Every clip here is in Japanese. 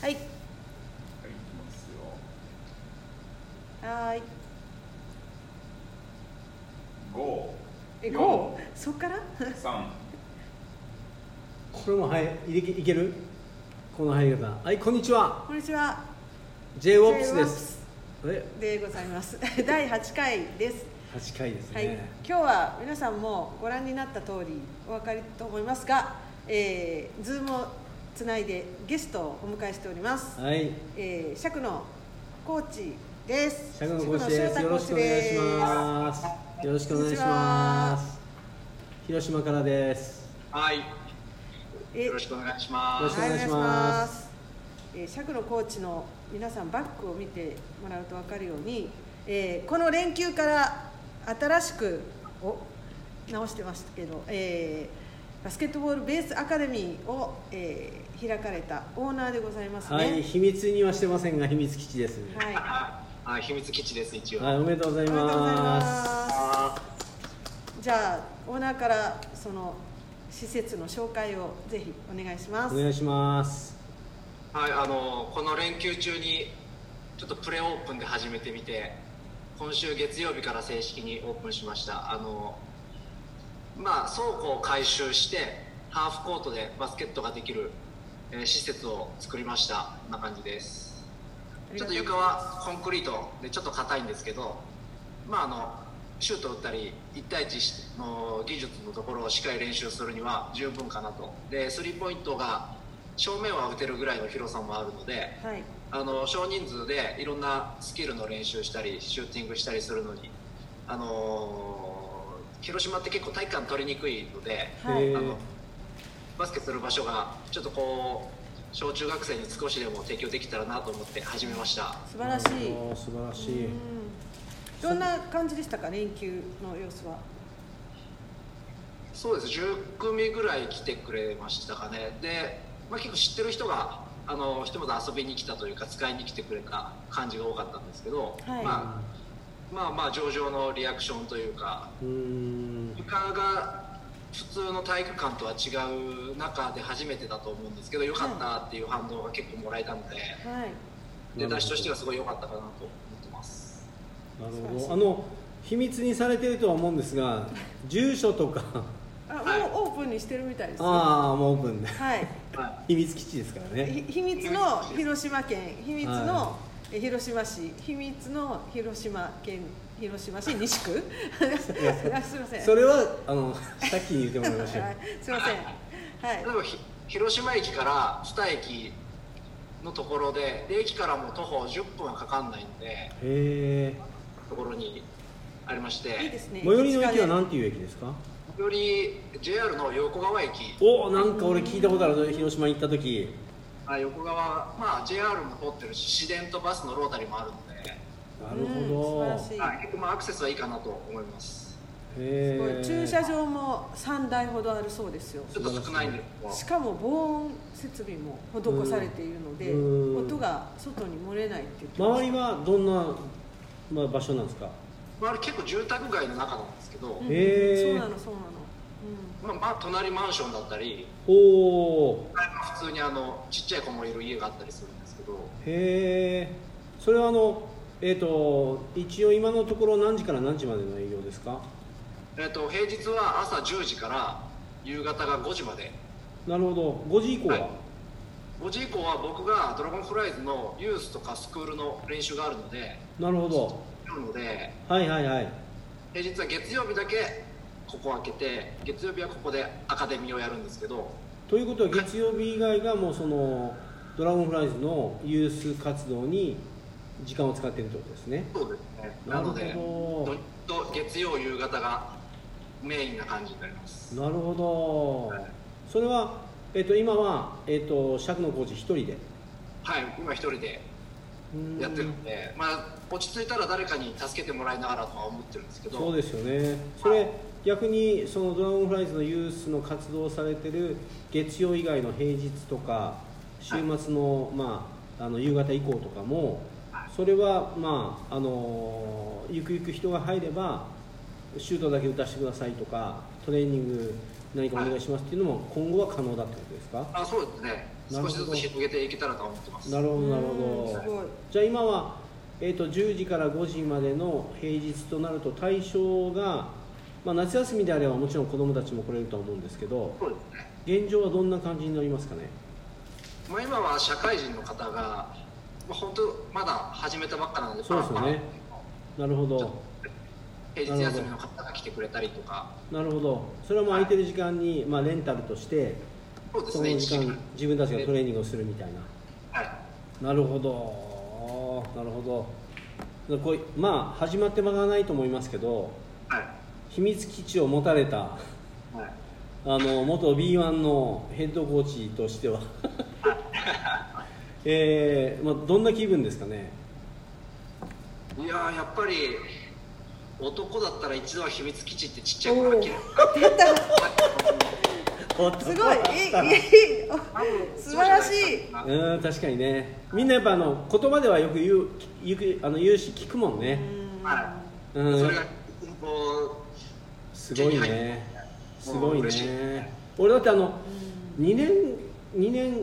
はいはい、いきますよ。はーい五。え四五そっから 三。これもはいいけいけるこの入り方はいこんにちはこんにちは j w o p s ですえでございます 第八回です8回ですはい、ね、今日は皆さんもご覧になった通りお分かりと思いますが、えー、ズームをつないでゲストをお迎えしております、はいえー、尺のコーチです社会の講師です釈よ野翔ろし太くおコーチ願でいしますよろしくお願いします広島からですはい、えよろしくお願いしまよろす。くお願いしますはいお願いしますえー釈野コーチの皆さんバックを見てもらうと分かるように、えーこの連休から新しくお直してましたけど、えーバスケットボールベースアカデミーを、えー開かれたオーナーでございますね。はい秘密にはしてませんが秘密基地ですはいあ、秘密基地です一応。はいおめでとうござあいりがとうございまますあじゃあオーナーからその施設の紹介をぜひお願いしますす。お願いしますはい、あのこの連休中にちょっとプレオープンで始めてみて、今週月曜日から正式にオープンしました。あのまあ倉庫を改修してハーフコートでバスケットができる、えー施設を作りました。こんな感じです。ありちがとょっとうござい床ますはコンクリートでちょっと硬いんですけど、まあ、あのシュート打ったり1対1の技術のところをしっかり練習するには十分かなとでスリーポイントが正面は打てるぐらいの広さもあるのではいあの少人数でいろんなスキルの練習したりシューティングしたりするのに、あのー広島って結構体育館取りにくいので。はい。えあーのバスケする場所がちょっとこう小中学生に少しでも提供できたらなと思って始めました素晴らしい。おー素晴らしういんどんな感じでしたか連休の様子は。そうです10組ぐらい来てくれましたかねで、まあ、結構知ってる人があのひとまず遊びに来たというか使いに来てくれた感じが多かったんですけど、はいまあ、まあまあ上々のリアクションというかうーん床が普通の体育館とは違う中で初めてだと思うんですけどよかったっていう反応が結構もらえたのではい。出だしとしてはすごい良かったかなと思ってます。なるそうほそうどあの秘密にされてるとは思うんです が住所とかあもうはいオープンにしてるみたいですよ。はああもうオープンでは秘密基地ですからい。ねひ秘密の広島県、秘密のはえ広島市、秘密の広島県広島市西区。 あすみません。それはあのさっき言ってもらいましょうはい。すみません。はいい、例えばひ広島駅から二駅のところでで駅からも徒歩10分はかかんないんでへえところにありましていいですね。最寄りの駅はん。何ていう駅ですかより JR の横川駅おおなんか俺聞いたことある広島行った時あ横川、まあ、JR も通ってるし市電とバスのロータリーもあるので、なるうほんど素晴らしい。はい、結構まあアクセスはいいかなと思いますすごへいえ駐車場も三台ほどあるそうですよ。ちょっと少ないんですけどしかも防音設備も施されているので、うんうん音が外に漏れないって言ってま周しりたはどんな、まあ、場所なんですかまあ、あれ結構住宅街の中なんですけどうん、へーそうなのそうなの、まあ、まあ隣マンションだったりおお普通にあのちっちゃい子もいる家があったりするんですけどへえそれはあのえっ、と一応今のところ何時から何時までの営業ですかえっと平日は朝10時から夕方が5時までなるほど5時以降は、はい5時以降は僕がドラゴンフライズのユースとかスクールの練習があるのでなるほどなのではいはいはい平日は月曜日だけここ開けて月曜日はここでアカデミーをやるんですけどということは月曜日以外がもうそのドラゴンフライズのユース活動に時間を使っているということですねそうですねななるのでほど土日と月曜夕方がメインな感じになりますなるほはいどそれは、えっと今は、えっと釈のコーチ一人ではい今一人でやってるので、まあ、落ち着いたら誰かに助けてもらいながらとは思ってるんですけどそうですよねそれ逆にそのドラゴンフライズのユースの活動をされてる月曜以外の平日とか週末の,、まあ、あの夕方以降とかもそれはまああのゆくゆく人が入ればシュートだけ打たせてくださいとかトレーニング何かお願いしますっていうのも今後は可能だってことですかあそうですねなる少ほしどずつ広げていけたらと思ってますなるほどなるうんほすどごいじゃあ今は、えー、と10時から5時までの平日となると対象が、まあ、夏休みであればもちろん子どもたちも来れるとは思うんですけどそうですね現状はどんな感じになりますかねまあ、今は社会人の方が、まあ、本当まだ始めたばっかなのでそうですよねなるほど平日休みの方が来てくれたりとかなるほどそれはもう空いてる時間に、まあ、レンタルとしてそうですそねの時一時間間自分たちがトレーニングをするみたいなはいなるほどなるほどこうまあ始まって間がないと思いますけどはい秘密基地を持たれたはいあの元 B1 のヘッドコーチとしては えーまあ、どんな気分ですかねいやーやっぱり男だったら一度は秘密基地ってちっちゃい頃おー諦め出たすす ごいいいいいお素晴らしいうん確かにねみんなやっぱあの言葉ではよく言う言うあの言うし聞くもんねうんはうんそれがこすごいねすごいもう嬉しいね俺だってあの2年2年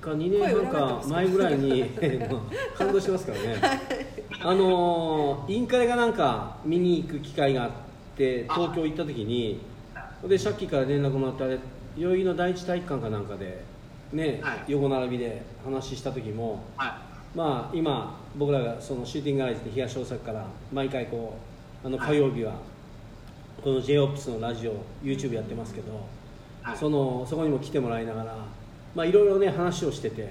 か2年声裏返っ半てまかす前ぐらいに 感動してますからねあのーインカレがなんか見に行く機会があって東京行った時にでさっきから連絡もらってあれ代々木の第一体育館かなんかでね、はい横並びで話した時もうはいまあ、今僕らがそのシューティングアイズで東大阪から毎回こうあの火曜日はこの JOPS のラジオ YouTube やってますけど、はいそのそこにも来てもらいながらまあいろいろね話をしてて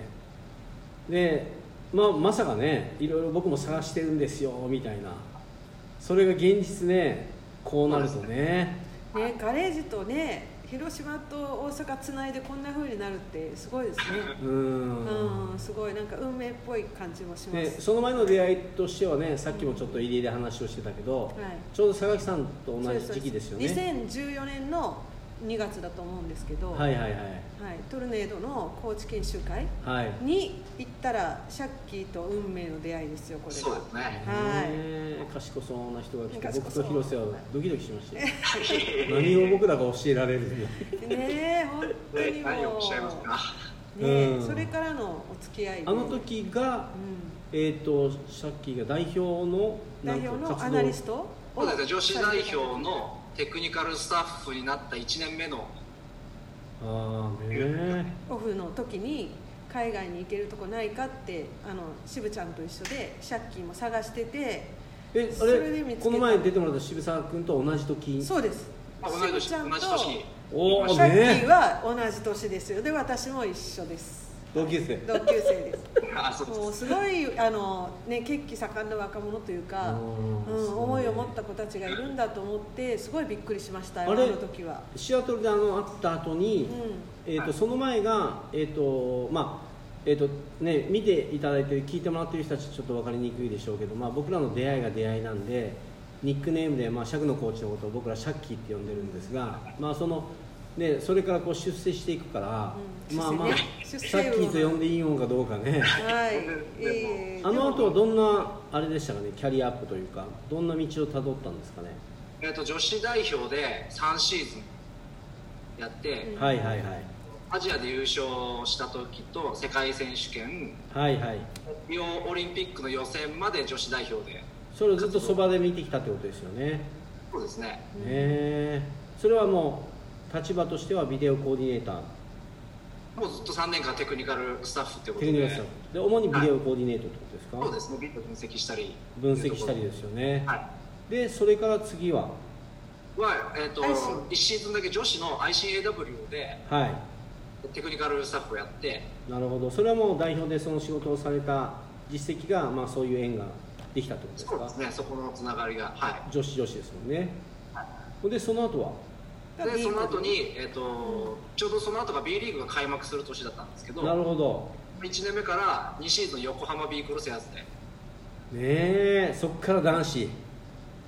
で、まあ、まさかねいろいろ僕も探してるんですよみたいなそれが現実ねこうなるとねねガレージとね広島と大阪つないでこんな風になるってすごいですねうんうんすごいなんか運命っぽい感じもしまですその前の出会いとしてはねさっきもちょっと入りで話をしてたけど、はいちょうど佐々木さんとそう同でじす時期ですよね2014年の2月だと思うんですけど、はいはいはいはいトルネードの高知研修会はいに行ったらシャッキーと運命の出会いですよこれそうですねはいへー賢そうな人が来て賢僕そうと広瀬はドキドキしましたよ 何を僕らが教えられるんだねえ本当にもうえ何をおっしゃいますかねえ、うんそれからのお付き合いであの時がうえっ、とさっきが代表のん、代表なんのかア活動ナリストをそうですね女子代表のテクニカルスタッフになった1年目のああねオフの時に海外に行けるとこないかってあの渋ちゃんと一緒でシャッキーも探しててえあそれで見つれけたこの前出てもらった渋沢君と同じ時そうですまあ同い渋年ちゃん同とじ年におシおャッキーねは同じ年ですよで私も一緒です同級生同級生ですあそうですもうすごいあの、ね、血気盛んな若者というか、ううんんすご思いねいを持った子たちがいるんだと思ってすごいびっくりしましたよああれの時は、シアトルであの会った後うに、ん、えーとその前が、えーとまあえーとね、見ていただいてる聞いてもらってる人たちちょっと分かりにくいでしょうけど、まあ、僕らの出会いが出会いなんでニックネームで、まあ、シャクのコーチのことを僕らシャッキーって呼んでるんですが、まあそのね、それからこう出世していくから、うんまあま あ、シ出世ね出世ャッキーと呼んでいいのかどうかね はいいえいえあの後はでもどんなあれでしたかねキャリアアップというかどんな道をたどったんですかね、えっと女子代表で3シーズンやって、うんはいはいはいアジアで優勝した時と世界選手権はいはいリオオリンピックの予選まで女子代表でそれをずっとそばで見てきたってことですよねそうですねねえそれはもう立場としてはビデオコーディネーターもうずっと3年間テクニカルスタッフってことテでクニカルスタッフで主にビデオコーディネートってこそとうでですかすねビット分析したり分析したりですよねはでそれから次はいは、えっと IC 1シーズンだけ女子の ICAW ではいテクニカルスタッフをやってなるほどそれはもう代表でその仕事をされた実績が、まあ、そういう縁ができたってことですそうでかすねそこのつながりがはい女子女子ですもんねでその後はでその後に、えっとちょうどその後が B リーグが開幕する年だったんですけどなるほど1年目から2シーズン横浜 B クロスやってねえそっから男子ね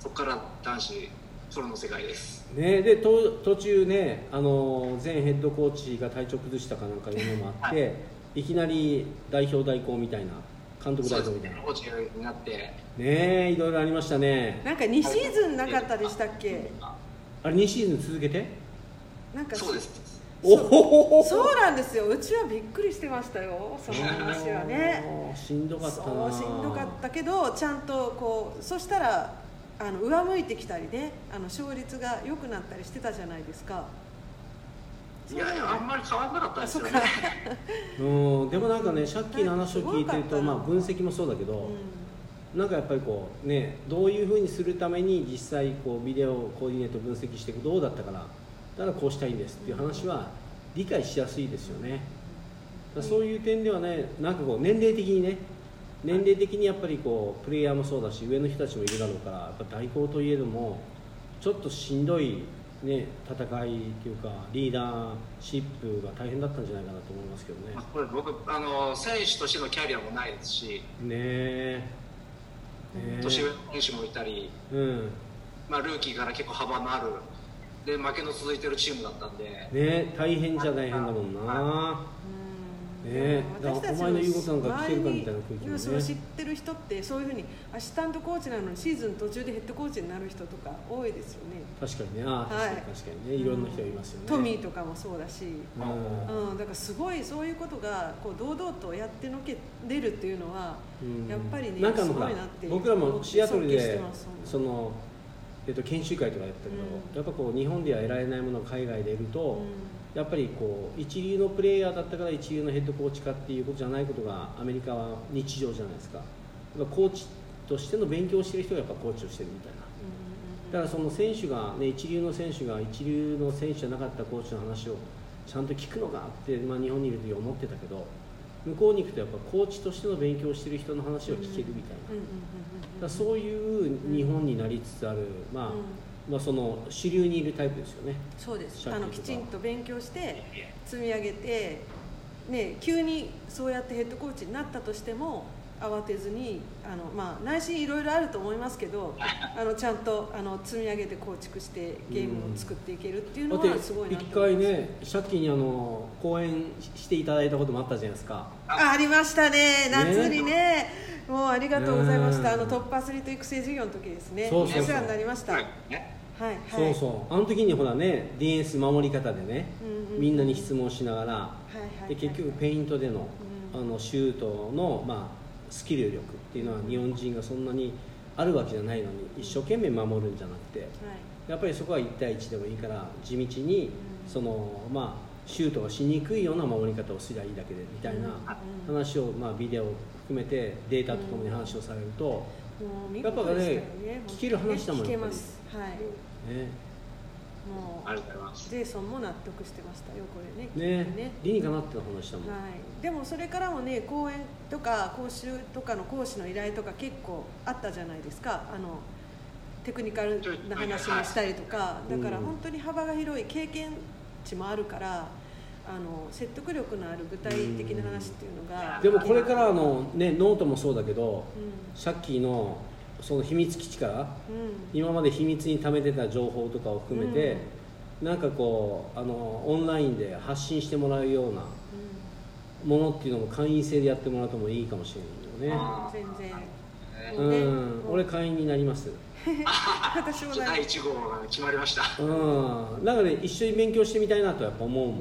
そこから男子ソロの世界ですえでと途中ねあの前ヘッドコーチが体調崩したかなんかいうのもあって、い、きなり代表代行みたいな監督そう代で行みすたいねなコーチになってねえいろいろありましたねなんか2シーズンなかったでしたっけあれ2シーズン続けてなんかそうですおほほほそうなんですようちはびっくりしてましたよその話はねあーし んどかったそなうしんどかったけどちゃんとこうそしたらあの上向いてきたりねあの勝率が良くなったりしてたじゃないですかいやいやあんまり変わらなかったあですそっよかねうんでもなんかねさっきの話を聞すごいてるかったと、なまあ、分析もそうだけど、なんかやっぱりこうねどういうふうにするために実際こうビデオコーディネート分析していくどうだったからだからこうしたいんですっていう話は理解しやすいですよねだからそういう点ではねなんかこう年齢的にね年齢的にやっぱりこうプレイヤーもそうだし上の人たちもいるだろうからやっぱ代行といえどもちょっとしんどい、ね、戦いというかリーダーシップが大変だったんじゃないかなと思いますけどねまあこれ僕あの選手としてのキャリアもないですしねえねえ年上の選手もいたり、うんまあ、ルーキーから結構幅のあるで負けの続いてるチームだったんでね大変じゃ大変だもんなうんねえでもだからお前の言うことなんか聞けるかみたいな空気もね周りにそう知ってる人ってそういうふうにアシスタントコーチなのにシーズン途中でヘッドコーチになる人とか多いですよね確かにねあーはい確かに確かにね、い、ろんな人いますよねトミーとかもそうだし、うんうん、だからすごいそういうことがこう堂々とやってのけれるっていうのは、うんやっぱりねなんかのほらすごいなって僕らもシアトル尊敬してでますその、えっと、研修会とかやったけど、うんやっぱこう日本では得られないものを海外で得ると、うやっぱりこう一流のプレイヤーだったから一流のヘッドコーチかっていうことじゃないことがアメリカは日常じゃないですかやっぱコーチとしての勉強をしてる人がやっぱコーチをしてるみたいなだからその選手が、ね、一流の選手が一流の選手じゃなかったコーチの話をちゃんと聞くのかって、まあ、日本にいる時は思ってたけど向こうに行くとやっぱコーチとしての勉強をしてる人の話を聞けるみたいうな、んうんうんうんだからそういう日本になりつつある、まあまあ、その主流にいるタイプですよね。そうです借あ金とのかきちんと勉強して積み上げて、ね、急にそうやってヘッドコーチになったとしても慌てずにあの、まあ、内心いろいろあると思いますけ どあのちゃんとあの積み上げて構築してゲームを作っていけるっていうだのってはすごいな一と思い回ます、ね、借金にあの講演していただいたこともあったじゃないですか。あありましたね夏にねもうありがとうございましうたあんのトップアスリート育成事業の時ですねそうそうそうお世話になりました、はいねはいそうそうあの時にほらね DNS 守り方でね、うんうんみんなに質問しながらはいはいはいで結局ペイントでの,、うんあのシュートの、まあ、スキル力っていうのは日本人がそんなにあるわけじゃないのに一生懸命守るんじゃなくてはいやっぱりそこは1対1でもいいから地道にうんその、まあ、シュートがしにくいような守り方をすりゃいいだけでみたいなうん話を、まあ、ビデオ含めてデータとともに話をされると、もう見事でしたよねやっぱね聞ける話だもん聞やけっぱりますはいねもありがとうございますうジェイソンも納得してましたよこれねね聞いてね理にかなっての話だもん、はい、でもそれからもね講演とか講習とかの講師の依頼とか結構あったじゃないですかあのテクニカルな話もしたりとかうだんから本当に幅が広い経験値もあるからあの説得力のある具体的な話っていうのがでもこれからあの、ね、ノートもそうだけど、うさっきのその秘密基地からんうん今まで秘密に貯めてた情報とかを含めて、なんかこうあのオンラインで発信してもらうようなものっていうのも会員制でやってもらうともいいかもしれないよねあ全然ーねうねん俺会員になります私もな第い、 1号が決まりましたうんだから、ね、一緒に勉強してみたいなとやっぱ思うもん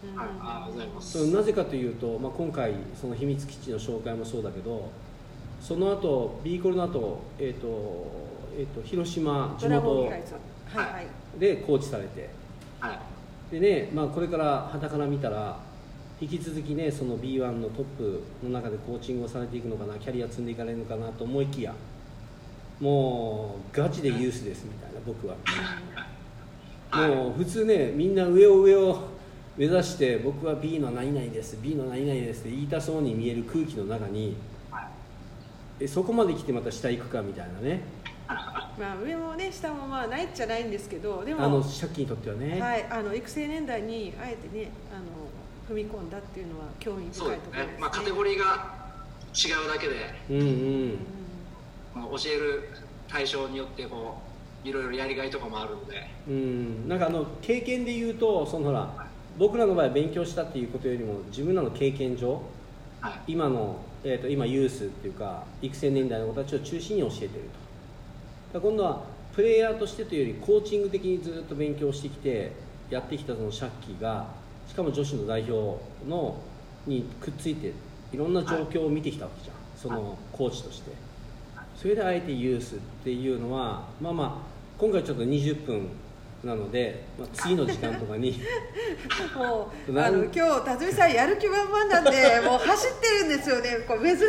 うんはいありがとうございますそのなぜかというと、まあ、今回その秘密基地の紹介もそうだけどその後ビーコルの後、えーとえー、と広島地ドラゴン元フライズはいはいでコーチされてはいでね、まあ、これから傍から見たら引き続きねその B1 のトップの中でコーチングをされていくのかなキャリア積んでいかれるのかなと思いきやもうガチでユースですみたいな僕はもう普通ねみんな上を上を目指して僕は B の何々です B の何々ですって言いたそうに見える空気の中にえそこまで来てまた下行くかみたいなねまあ上もね下もまあないっちゃないんですけどでもあの借金にとってはね、はい、あの育成年代にあえてねあの踏み込んだっていうのは興味そう深でいとすころです、ねね、まあカテゴリーが違うだけでうんうんまあ教える対象によってこういろいろやりがいとかもあるのでうん、なんかあの経験で言うとそのほら僕らの場合は勉強したっていうことよりも自分らの経験上はい今の、えー、と今ユースっていうか育成年代の子たちを中心に教えてるとだから今度はプレイヤーとしてというよりコーチング的にずっと勉強してきてやってきたそのシャッキーがしかも女子の代表のにくっついていろんな状況を見てきたわけじゃん、そのコーチとして、それであえてユースっていうのはまあまあ今回ちょっと20分なので、まあ、次の時間と かにもうなあんの今日辰巳さんやる気満々なんで もう走ってるんですよねこう珍しい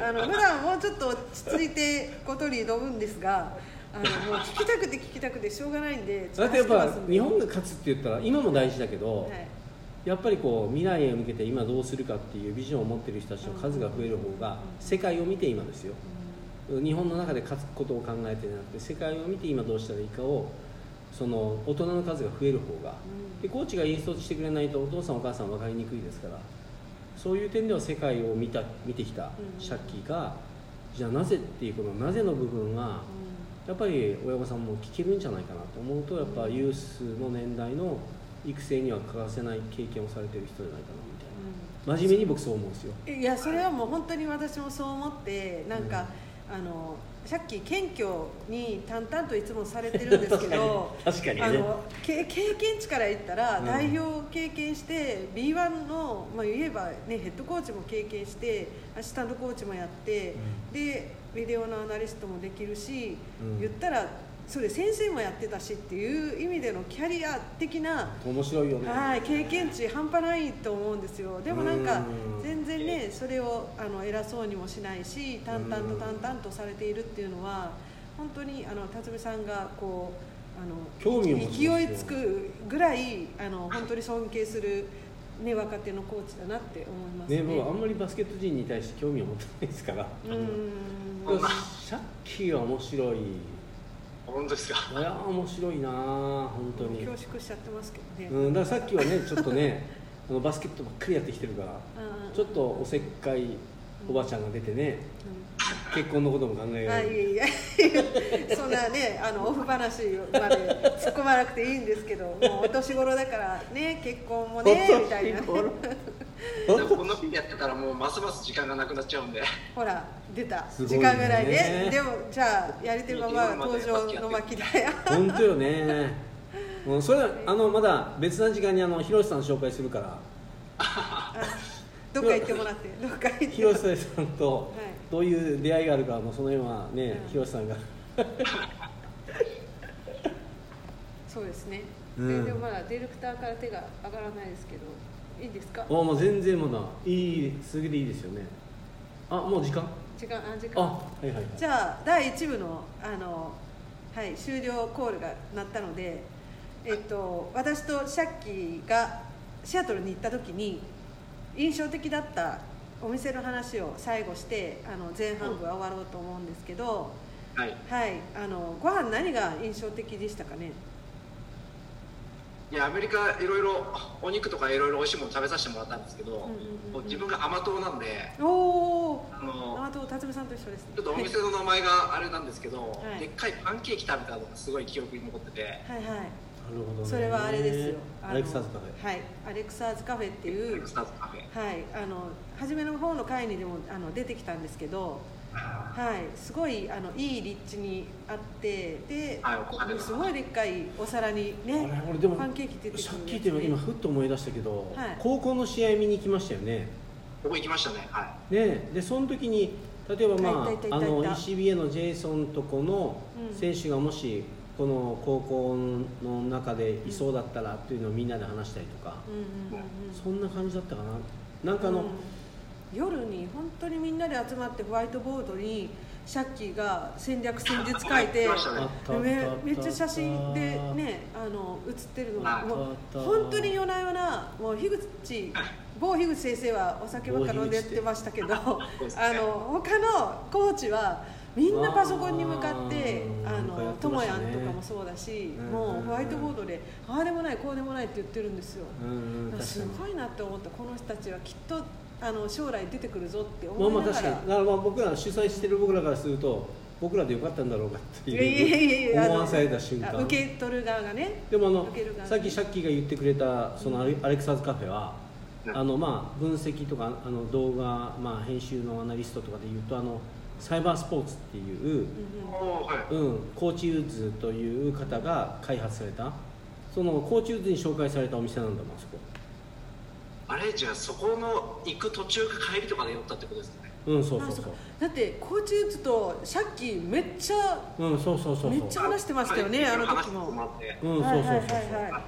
あの普段もうちょっと落ち着いてことに挑むんですがあのもう聞きたくて聞きたくてしょうがないんでだってやっぱ日本がが勝つって言ったら今も大事だけど、はいやっぱりこう未来へ向けて今どうするかっていうビジョンを持ってる人たちの数が増える方が世界を見て今ですよ日本の中で勝つことを考えてじゃなくて世界を見て今どうしたらいいかをその大人の数が増える方がうんでコーチがインストールしてくれないとお父さんお母さん分かりにくいですからそういう点では世界を見た見てきたうんシャッキーがじゃあなぜっていうこのなぜの部分がやっぱり親御さんも聞けるんじゃないかなと思うとやっぱユースの年代の育成には欠かせない経験をされてる人じゃないかなみたいな真面目に僕そう思うんですよいやそれはもう本当に私もそう思ってなんか、あのさっき謙虚に淡々といつもされてるんですけど確かに確かあにねのけ経験値から言ったらうん代表を経験して、B1 の、まあ、言えば、ね、ヘッドコーチも経験してアシスタントコーチもやって、でビデオのアナリストもできるし、うん言ったらそれ先生もやってたしっていう意味でのキャリア的な面白いよねはい、経験値半端ないと思うんですよでもなんかうん全然ねそれをあの偉そうにもしないし淡々と淡々とされているっていうのは本当にあの辰巳さんがこうあの興味を持ちますよ勢いつくぐらいあの本当に尊敬する、ね、若手のコーチだなって思いますね。ね、僕あんまりバスケット人に対して興味を持たないですから、うだんからシャッキーは面白い本当ですかいやー面白いなー本当に、恐縮しちゃってますけどね。うん、だからさっきはねちょっとね あのバスケットばっかりやってきてるからうんちょっとおせっかいおばちゃんが出てね結婚のことも考えようあい やいやそんなねあのオフ話まで突っ込まなくていいんですけどもうお年頃だからね結婚もねみたいな でもこの日やってたらもうますます時間がなくなっちゃうんでほら出た、すごい時ね間ぐらいねでもじゃあやり手のまま登場の巻きだよ本当よねもうそれはあのまだ別な時間にあの広瀬さん紹介す るからあどっか行ってもら ってどっか行って広瀬さんとどういう出会いがあるかもうその辺はね、うん広瀬さんがそうですね、うんででもまだディレクターから手が上がらないですけどいいですかあもう全然まだいいすぐでいいですよねあもう時間時間あ時あ間はいはいはいじゃあ第1部のあの、はい、終了コールが鳴ったので、えっと、私とシャッキーがシアトルに行った時に印象的だったお店の話を最後してあの前半部は終わろうと思うんですけど、はいはい、あのご飯何が印象的でしたかねいやアメリカいろいろお肉とかいろいろ美味しいもの食べさせてもらったんですけど、んうんうんもう自分が甘党なんでおおあのあと辰巳さんと一緒ですねちょっとお店の名前があれなんですけど、はいでっかいパンケーキ食べたのがすごい記憶に残っててはいはいるほど、ね、それはあれですよあのアレクサーズカフェはいアレクサーズカフェってアいレうクサーズカフェはい、あの初めの方の回にでもあの出てきたんですけど、はい、すごいあのいい立地にあってで、はいここにすごいでっかいお皿にねあれ俺でもパンケーキ出てくるやつさっき言っても今ふっと思い出したけど、はい高校の試合見に行きましたよねここ行きましたねはいねでその時に例えばまいたいたいあたいあたの ECBA のジェイソンとこのうん選手がもしこの高校の中でいそうだったらっていうのをみんなで話したりとか、うんうんうんそんな感じだったかななんかあうのん、夜に本当にみんなで集まってホワイトボードにシャッキーが戦略戦術書いてあありましたねあったあっためあためっちゃ写真でねあの写ってるのあがったもあうった本当に夜な夜なもう樋口某樋口先生はお酒ばっか飲んでやってましたけどあ口っての他のコーチはみんなパソコンに向かってあーあなんかやのってとまもしやたんねとかもそうだしうんもうホワイトボードでああでもないこうでもないって言ってるんですよ。うんうん確かにすごいなって思ったこの人たちはきっとあの将来出てくるぞってま思あいまなあ確が、からにだからまあ僕ら主催してる僕らからすると僕らでよかったんだろうかっていやいやいやいいうや思わされた瞬あ間のあ受け取る側がねでもあの受ける側さっきシャッキーが言ってくれたそのアレアレクサーズカフェは、うんあのまあ分析とかあの動画、まあ、編集のアナリストとかで言うとあのサイバースポーツっていうんう、うんおーはいうん、コーチユーズという方が開発されたそのコーチユーズに紹介されたお店なんだもんあそこあれじゃあそこの行く途中か帰りとかで寄ったってことですかねうんそうあそうそっかそうだって高知打つとさっきめっちゃうんそうそうそうそうめっちゃ話してましたよねはいあの時も話もあってうんそうはそいうはいはそうそういはいだか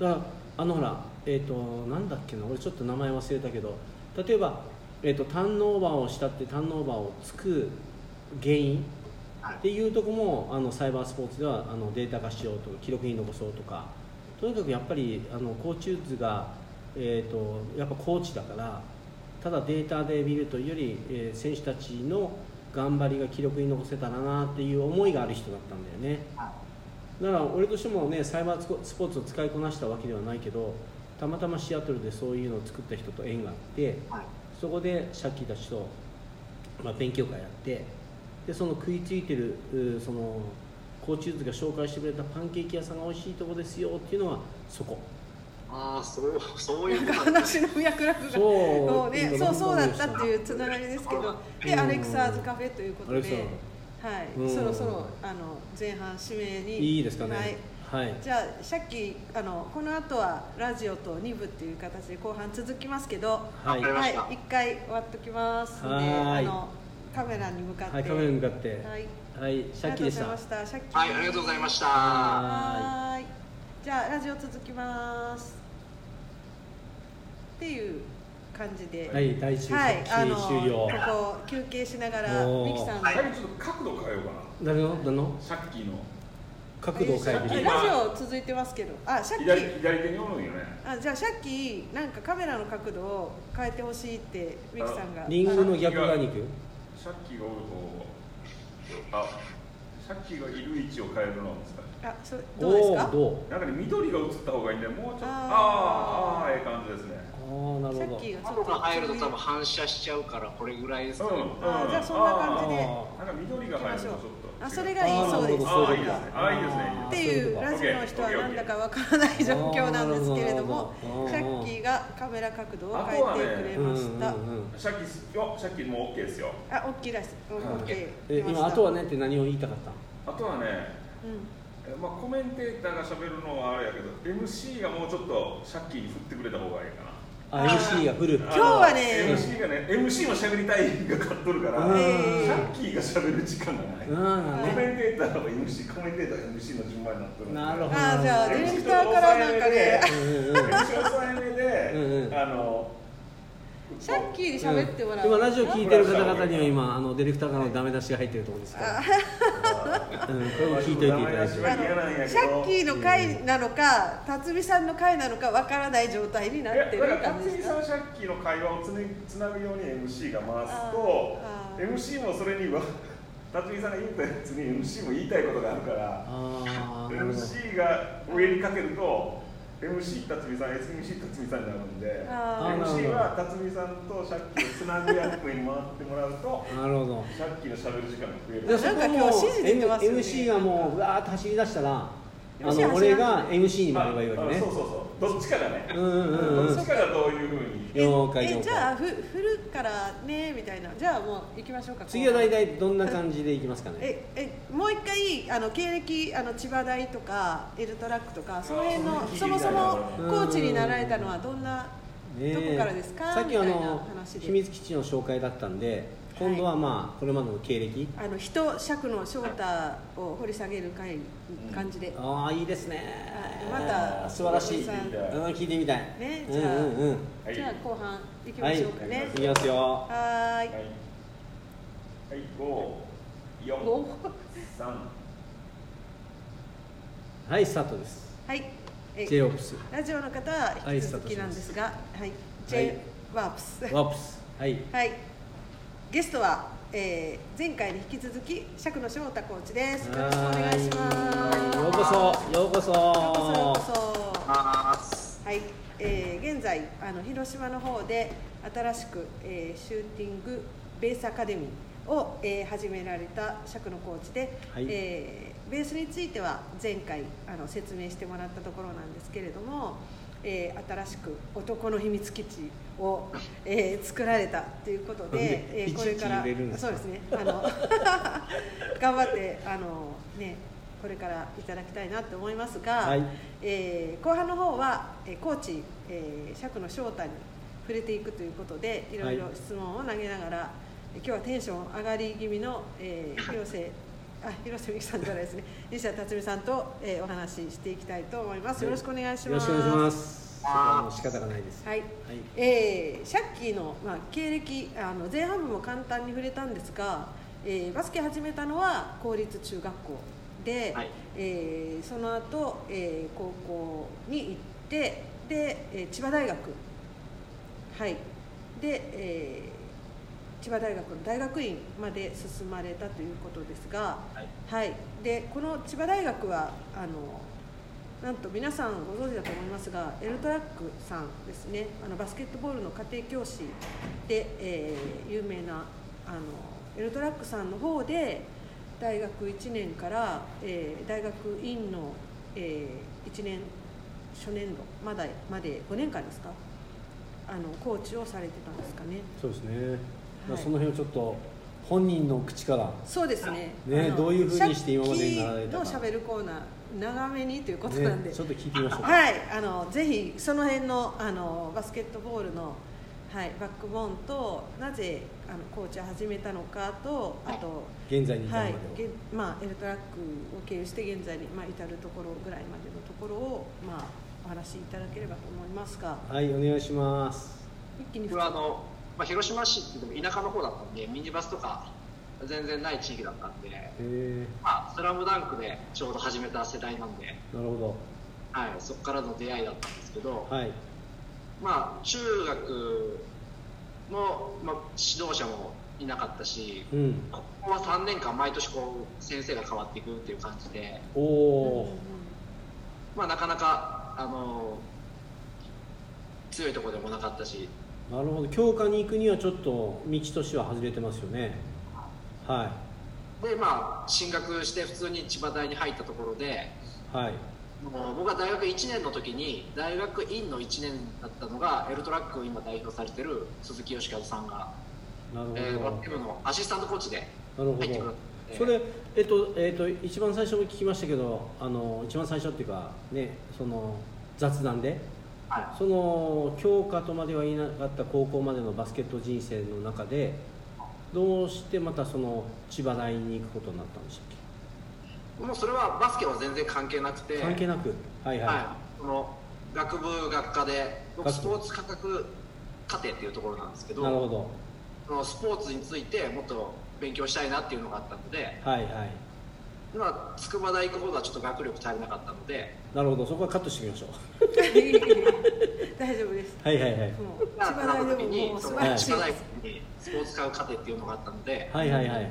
らあのほらえっ、となんだっけな俺ちょっと名前忘れたけど例えば、えー、とターンオーバーをしたってターンオーバーをつく原因っていうとこもあのサイバースポーツではあのデータ化しようとか記録に残そうとかとにかくやっぱりあの高知図が、えー、とやっぱコーチだからただデータで見るというより、えー選手たちの頑張りが記録に残せたらなっていう思いがある人だったんだよね。だから俺としてもねサイバースポーツを使いこなしたわけではないけどたまたまシアトルでそういうのを作った人と縁があってはいそこでシャッキーたちと、まあ、勉強会やってでその食いついてるうーその高知図が紹介してくれたパンケーキ屋さんが美味しいとこですよっていうのはそこああそうそういなんうかことなんです話の脈絡がそうそうねうんそうそうだったっていうつながりですけどでうんアレクサーズカフェということアレクサーでズ、はいうんそろそろあの前半指名にいいですかねはいはい、じゃあさっきあのこの後はラジオと2部っていう形で後半続きますけどはいわかりました一回終わっときますんではーあいのカメラに向かってはい、カメラに向かってはいはい、シャッキーでしたありがとうございましたシャッキーはいありがとうございましたはーいじゃあラジオ続きますっていう感じでは、はいい、第1週シャッキあのー終了、ここ休憩しながらおーミキさんの、最後ちょっと角度変えようか誰の誰のなシャッキーの角度を変えていみいるよラジオ続いてますけどあシャッキ左ー左手におるんよねあじゃあシャッキーなんかカメラの角度を変えてほしいってミキさんがリングの逆側に行くシャッキーがおる方あシャッキーがいる位置を変えるのは難しあそいどうですおかーどうなんかね緑が映った方がいいんでもうちょっあーとあーあーええ感じですねああなるシャほッキーがちょ角っとが入ると多分反射しちゃうからこれぐらいですかね、うんあじゃあそんな感じであなんか緑が行き入まるとしちょょうっとあそれががいいそうですあーなんかあーいいですねいいですねっていうラジオの人はなんだかわからない状況なんですけれどもあーシャッキーがカメラ角度を変えてくれどうんまうんしうたんシャッキーすよシャッキーもう OK ですよあ、大きいです。大きい。え今あとはねって何を言いたかったのあとはねうえまあ、コメンテーターが喋るのはあれやけど MC がもうちょっとシャッキーに振ってくれた方がいいかなあ MC がフル今日はねあの MC がね MC も喋りたいが勝っとるから、うんシャッキーが喋る時間がない、うんコメンテーターは MC コメンテーターは MC の順番になってるんでなるほん。どあ、じゃあディレクターからなんかね、うんうん MC 抑えめで、うんうんあのシャッ キーに喋ってもらう。今ラジオ聞いてる方々には今あのディレクターからのダメ出しが入ってるところですから、うん、これも聞いといていただいてああのシャッキーの回なのか、辰巳さんの回なのかわからない状態になっいやてだかるら感じ辰で巳すさかん。シャッキーの会話をつ,、ね、つなぐように MC が回すとあーあー MC もそれには辰巳さんが言ったやつに MC も言いたいことがあるからああなるほど MC が上にかけると MC 辰巳さん SMC 辰巳さんになるんであー MC は辰巳さんとシャッキーをつなぐ役に回ってもらうとなるほどシャッキーのしゃべる時間が増えるなんか今日指示出てますよね M- MC がもううわーっと走り出したらあ MC の俺が MC に回ればいいわけあねそうそうそうどっちかがね、うんうんうどんっちかがどういうふうにえ了解了え解じゃあふ振るからねみたいな。じゃあもう行きましょうか。次は大体どんな感じでいきますかねええもう一回あの経歴あの千葉大とかエルトラックとかその辺のあーそもそもうんコーチになられたのはどんなねえどこからですかさっきあみたいなの話で秘密基地の紹介だったんで今度はまあこれまでの経歴、あの人尺の正体を掘り下げる会感じで、ああいいですねまた素晴らしい、さうんんん、聞いてみたいねうんじゃあうんうんはいじゃあ後半行きはまいしょうかねいきますよはーいはいはい五四お三はいスタートですはいえ j オプ スラジオの方は引き続きなんですがはいはい J ワープスワープスはいはい。ゲストは、えー、前回に引き続き釈野翔太コーチです。よろしくお願いします。はいようこそようこそようこそようこそ。あーはい、えー現在あの広島の方で新しく、えーシューティングベースアカデミーを、えー始められた釈野コーチで、はいえーベースについては前回あの説明してもらったところなんですけれども、えー新しく男の秘密基地を、えー作られたということで、えいーちいこちれから入れるんですそうかですねあの頑張ってあのねこれからいただきたいなと思いますが。はいえー後半の方は、えーコーチ、えー、釈野翔太に触れていくということでいろいろ質問を投げながら、え今日はテンション上がり気味の、えー広瀬あ広瀬美樹さんじゃないですね西田辰巳さんと、えーお話ししていきたいと思います。よろしくお願いしよろましす。くお願いします。それはもう仕方がないです。はい、はいえーシャッキーの、まあ、経歴あの前半部も簡単に触れたんですが、えーバスケ始めたのは公立中学校で、はいえーその後、えー高校に行ってで、えー千葉大学はいで、えー千葉大学の大学院まで進まれたということですが、はいはい、でこの千葉大学はあのなんと皆さんご存知だと思いますがエルトラックさんですねあのバスケットボールの家庭教師で、えー有名なあのエルトラックさんの方で大学1年から、えー大学院の、え1年初年度までまで5年間ですかあのコーチをされてたんですかねそうですね。まあはいその辺をちょっと本人の口から。そうですね。あねのどういう風にして今までになられたかシャッキーの喋るコーナー長めにということなんで。ねちょっと聞いてみましょうかはい、あのぜひその辺のあのバスケットボールのはいバックボーンとなぜあのコーチを始めたのかとあと。現在に至るまはでいを。げまあ、エルトラックを経由して現在に、まあ、至るところぐらいまでのところを、まあ、お話しいただければと思いますがはい、お願いします。一気に僕はあの、まあ、広島市って言っても田舎の方だったんでミニバスとか全然ない地域だったんでへえ「まあスラムダンクでちょうど始めた世代なんで、なるほはい、そこからの出会いだったんですけど、ど。はい。まあ、中学の、まあ、指導者もいなかったしうん。ここは3年間毎年こう先生が変わっていくっていう感じで、うおんうんうおん。 まあ、なかなかあの強いところでもなかったしなるほど。教科に行くにはちょっと道としては外れてますよね。はで、まあ、進学して普通に千葉大に入ったところで。い。はい。もう僕は大学1年の時に大学院の1年だったのがエルトラックを今代表されてる鈴木義和さんが、なるほど。えー、バッティブのアシスタントコーチでなるほ入ってくるど。それ、えっと、えっと、一番最初も聞きましたけど、あの、一番最初っていうか、ね、その雑談で。はその教科とまでは言いなかった高校までのバスケット人生の中で。どうしてまたその千葉大に行くことになったんでしたっい、もうそれはバスケは全然関係なくてけ。関係なく。はいはい。はい、その学部学科で僕学部スポーツ科学課程っていうところなんですけどなるほど。そのスポーツについてもっと勉強したいなっていうのがあったので、はいはい。まあ、筑波大行くほどはちょっと学力足りなかったので、なるほど。そこはカットしてみましょう。 大丈夫ですはいはいはい。もう千まあ、葉大の時でもにもうそ素の晴らしい千葉で大すにスポーツ科学課程っていうのがあったので、はいはいはい。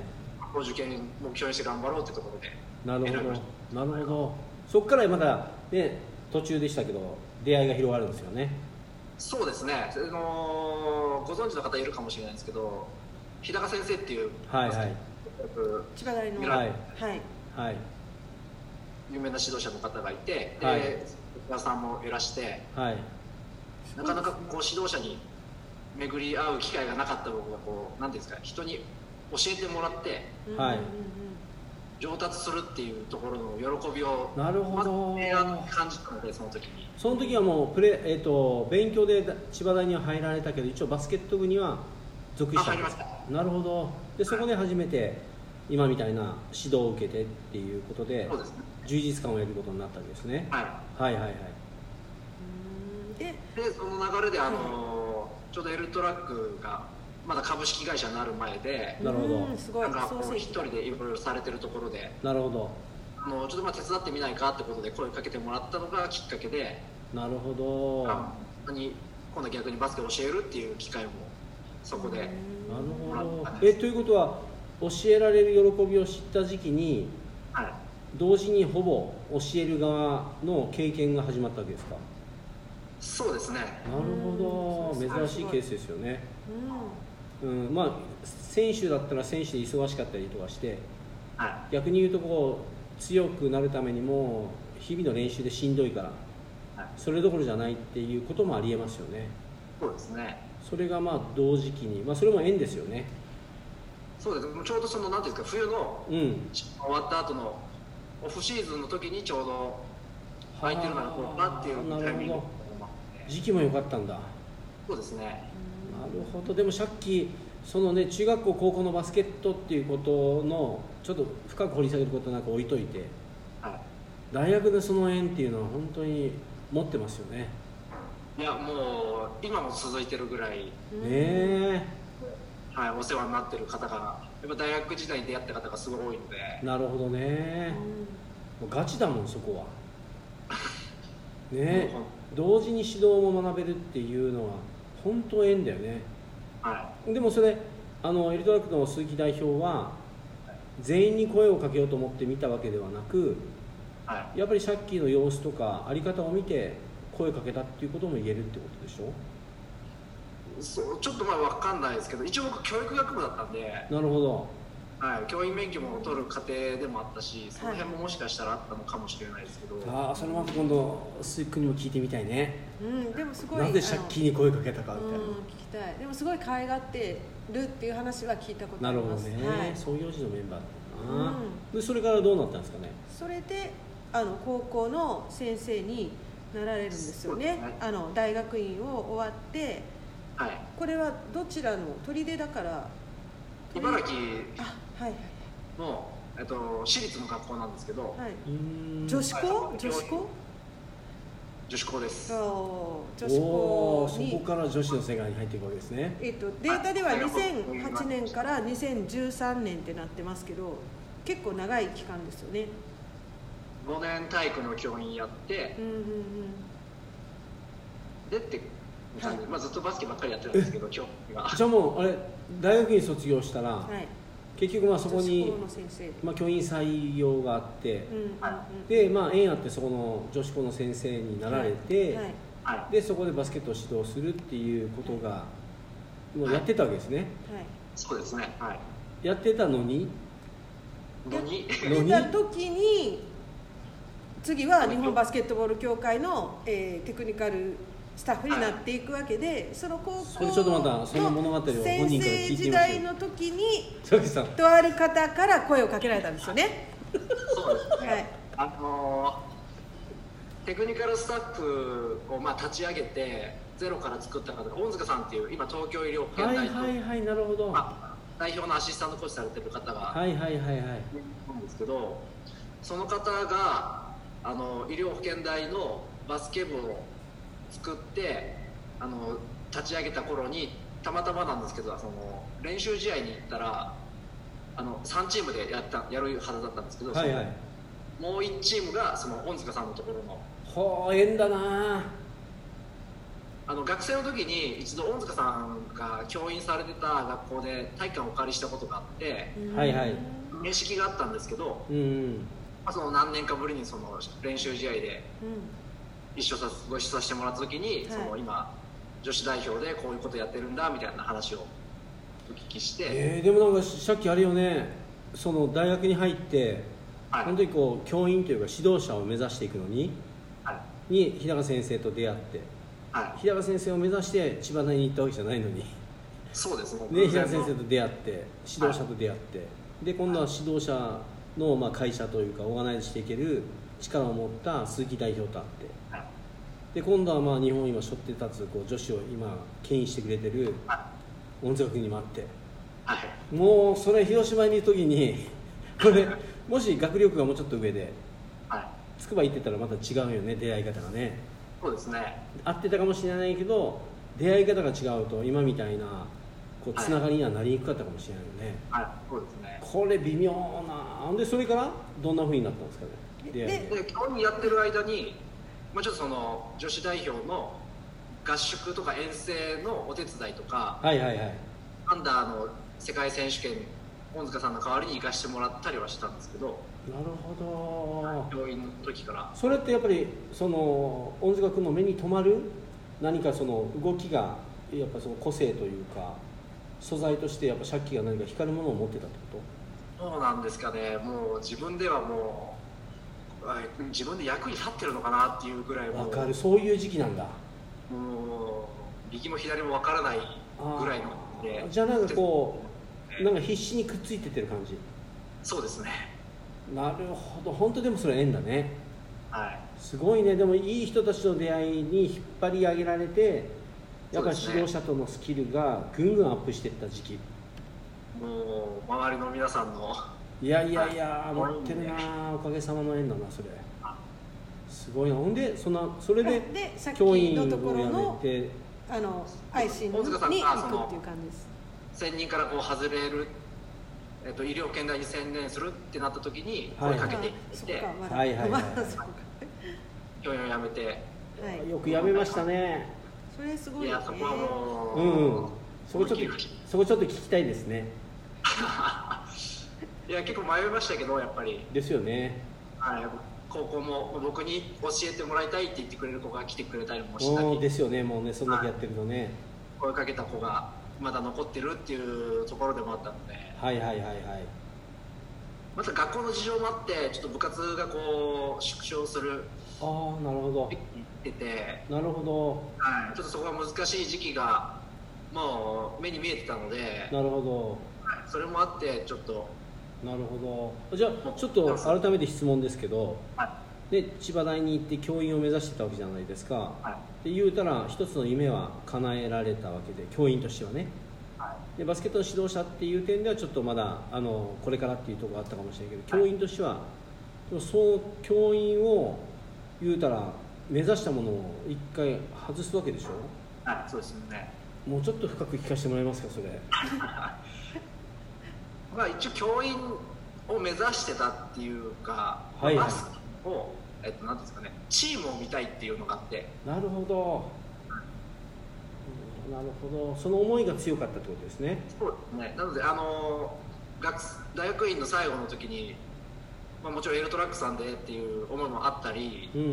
お受験目標にして頑張ろうってところでなる選びましほど。なるほど。そこからまたね途中でしたけど出会いが広がるんですよね。そうですね、あのーご存知の方いるかもしれないですけど日高先生っていう、はいはい千葉大のはいはいはい有名な指導者の方がいてではい福田さんもいらしてはい。なかなかこう指導者に巡り合う機会がなかった僕がこう何ていうんですか人に教えてもらってうんうんはいうんうん上達するっていうところの喜びをなるほどまずあの感じたのでその時にその時はもうプレえっ、と勉強で千葉大には入られたけど一応バスケット部には属したんですあ入りましなるほど。でそこで初めて今みたいな指導を受けてっていうことでそうですね充実感を得ることになったんですね。はいはいはいはい。うんででその流れであの、ちょうどエルトラックがまだ株式会社になる前で、なるほどうんすごないんか創こう世一記人でいろいろされてるところでなるほど。あのちょっとまあ手伝ってみないかってことで声かけてもらったのがきっかけでなるほど。あのに今度逆にバスケを教えるっていう機会もそこで、なるほもどらったん。でえということは教えられる喜びを知った時期にはい、同時にほぼ教える側の経験が始まったわけですか。そうですねなるうほんそうですど。珍しいケースですよね。ううん、まあ選手だったら選手で忙しかったりとかして、は逆に言うとこう強くなるためにも日々の練習でしんどいからはい、それどころじゃないっていうこともありえますよね。いそうですねそれがまあ同時期に、まあそれも縁ですよね。そうですもうちょうどそのなんていうんですか冬のうん。終わった後のオフシーズンの時にちょうど空いてるならこうかなっていうはあタなイミるングほど。時期も良かったんだ。そうですねなるほどでもさっきそのね中学校高校のバスケットっていうことのちょっと深く掘り下げることなんか置いといては大学でその縁っていうのは本当に持ってますよねいいやもう今も続いてるぐらねい、えはい、お世話になってる方がやっぱ大学時代に出会った方がすごい多いのでなるほどねもうガチだもんそこはねえもう同時に指導も学べるっていうのは本当縁だよねはでもそれあのエリトラックの鈴木代表は全員に声をかけようと思って見たわけではなくいはいやっぱりさっきの様子とかあり方を見て声かけたっていうことも言えるってことでしょそうちょっとまあ分かんないですけど一応僕教育学部だったんで、なるほどはい、教員免許も取る過程でもあったしその辺ももしかしたらあったのかもしれないですけど、ああそれまた今度鈴木君にも聞いてみたいねうん、でもすごいなぜ借金に声かけたあかのみうたいん聞きたいでもすごい可愛がってるっていう話は聞いたことな、あなりるほどますね、はい、創業時のメンバーだな、うでそれからどうなったんですかねそれであの高校の先生になられるんですよねそうですねあの大学院を終わってはい、これはどちらの砦だから茨城あはいの、えっと、私立の学校なんですけど、はいはいうーん女子校はい女子校女子校ですそう女子おおー校そこにから女子の世界に入っていくわけですねえっとデータでははい2008年から2013年ってなってますけど結構長い期間ですよね5年体育の教員やってうんうんでって感じで、まあ、ずっとバスケばっかりやってたんですけど今日はじゃあもうあれ大学院卒業したら、うんはい結局まあそこ女子に校、の先生まあ、教員採用があって、うんうんうんでまあ縁あってそこの女子校の先生になられて、はいはでそこでバスケットを指導するっていうことがもうやってたわけですね、はいいそうですねはいやってたのにののに出に た時に次は日本バスケットボール協会の、えーテクニカルスタッフになっていくわけでその高そ校れちょっとまたその物語を本人から聞いてみ先ましょう生時代の時に佐々木さんとある方から声をかけられたんですよねそうですね、はいあのーテクニカルスタッフをまあ立ち上げてゼロから作った方が恩塚さんっていう今東京医療保険はい代表、はいはいなるほどはまあ代表のアシスタントコーチされてる方が、いはいはいはいなんですけどその方があの医療保険大のバスケ部を作ってあの立ち上げた頃にたまたまなんですけどその練習試合に行ったらあの3チームでやったやるはずだったんですけど、はいはいそのもう1チームがその恩塚さんのところのほう縁だなあの学生の時に一度恩塚さんが教員されてた学校で体育館をお借りしたことがあってはいはい面識があったんですけどうんうんまあその何年かぶりにその練習試合でう一緒さご一緒させてもらった時に、はいその今女子代表でこういうことやってるんだみたいな話をお聞きして、えーでもなんかさっきあれよねその大学に入ってはい本当にこう教員というか指導者を目指していくのにはいに日高先生と出会ってはい日高先生を目指して千葉大に行ったわけじゃないのにそうですねね、偶平然野先生のと出会って指導者と出会って、で今度は指導者のまあ会社というかオーガナイズしていける力を持った鈴木代表と会っはいてで今度はまあ日本を今背負って立つこう女子を今牽引してくれてる音楽にもあってはいもうそれ広島にいる時にこれもし学力がもうちょっと上ではい筑波行ってたらまた違うよね出会い方がねそうですね合ってたかもしれないけど出会い方が違うと今みたいなこうつながりにはなりにくかったかもしれないよね、はいそうですねこれ微妙なでそれからどんなふうになったんですかね出会いでで教員やってる間に、まあ、ちょっとその女子代表の合宿とか遠征のお手伝いとかはいはいはいアンダーの世界選手権恩塚さんの代わりに行かしてもらったりはしてたんですけどなるほど教員の時からそれってやっぱりその恩塚君の目に留まる何かその動きがやっぱその個性というか素材としてやっぱ借金が何か光るものを持ってたってこそうなんですかね、もう自分ではもう、あ自分で役に立ってるのかなっていうぐらいともわう、かるそういう時期なんだもう右も左もわからないあーぐらいので、じゃあなんかこうでなんか必死にくっついてってる感じそうですね、なるほど本当でもそれ縁だねはい、すごいねでもいい人たちの出会いに引っ張り上げられてやっぱり指導者とのスキルがぐんぐんアップしていった時期もう周りの皆さんのいやいやいやあ持ってる多いなおかげさまの縁だなそれすごいなほんでそんなそれででさっき教員をのところの辞めてあの愛心に行大く塚ってさんいうあその感じです専任からこう外れる、えっと、医療圏大に専念するってなった時にはい声かけていあそっ、ってかまだ、はいはいはいまだそっか教員を辞めてはいよく辞めましたねそれすごいいよやねそこはもう、うんそこちょっと思いっきりそこちょっと聞きたいですねいや結構迷いましたけどやっぱり、ですよねはい、高校も僕に教えてもらいたいって言ってくれる子が来てくれたりもしたおーでりすよねもうねそんだけやってるとね声かけた子がまだ残ってるっていうところでもあったのではいはいはいはいまた学校の事情もあってちょっと部活がこう縮小するああなるほっててどなるほはい、ちょっとそこが難しい時期がもう目に見えてたのでどなるほそれもあってちょっとどなるほどじゃあちょっと改めて質問ですけどはで千葉大に行って教員を目指してたわけじゃないですかいはいで言うたら一つの夢は叶えられたわけで教員としてはねはでバスケットの指導者っていう点ではちょっとまだあのこれからっていうところがあったかもしれないけど教員としてはでもそう教員を言うたら目指したものを一回外すわけでしょい、はい、そうですよねもうちょっと深く聞かせてもらえますかそれまあ一応教員を目指してたっていうか、はいはいバスケをえっとなんていうんですかねチームを見たいっていうのがあってなるほどうんなるほどその思いが強かったってことですねそうですねなのであの学大学院の最後の時に、まあ、もちろんエルトラックさんでっていう思いもあったりうんうんう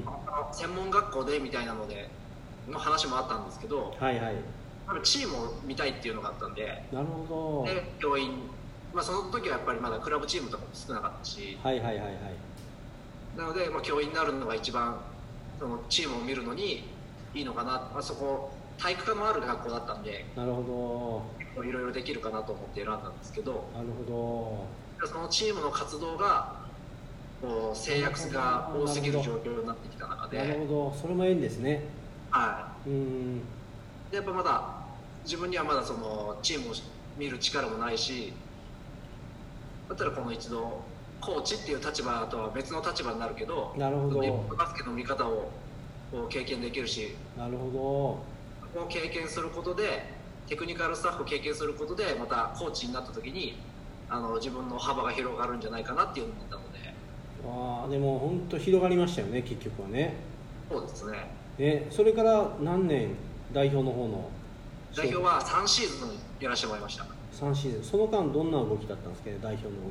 んあの専門学校でみたいなのでの話もあったんですけどはいはい多分チームを見たいっていうのがあったんでなるほで教員、まあ、その時はやっぱりまだクラブチームとかも少なかったしどはいはいはいはいなので、まあ、教員になるのが一番そのチームを見るのにいいのかな、まあ、そこ体育科もある学校だったんでなるほいろいろできるかなと思って選んだんですけどどなるほそのチームの活動がこう制約が多すぎる状況になってきた中どなるで,、ほどそれも縁ですねはうんい、でやっぱまだ自分にはまだそのチームを見る力もないしだったらこの一度コーチっていう立場とは別の立場になるけどなるほどバスケの見方をこう経験できるしなるほそこを経験することでテクニカルスタッフを経験することでまたコーチになった時にあの自分の幅が広がるんじゃないかなっていうのもあったのでどあーでも本当広がりましたよね結局はねそうですねねそれから何年代表の方の代表は3シーズンやらせてもらいました、 3シーズンその間どんな動きだったんですかね代表の動き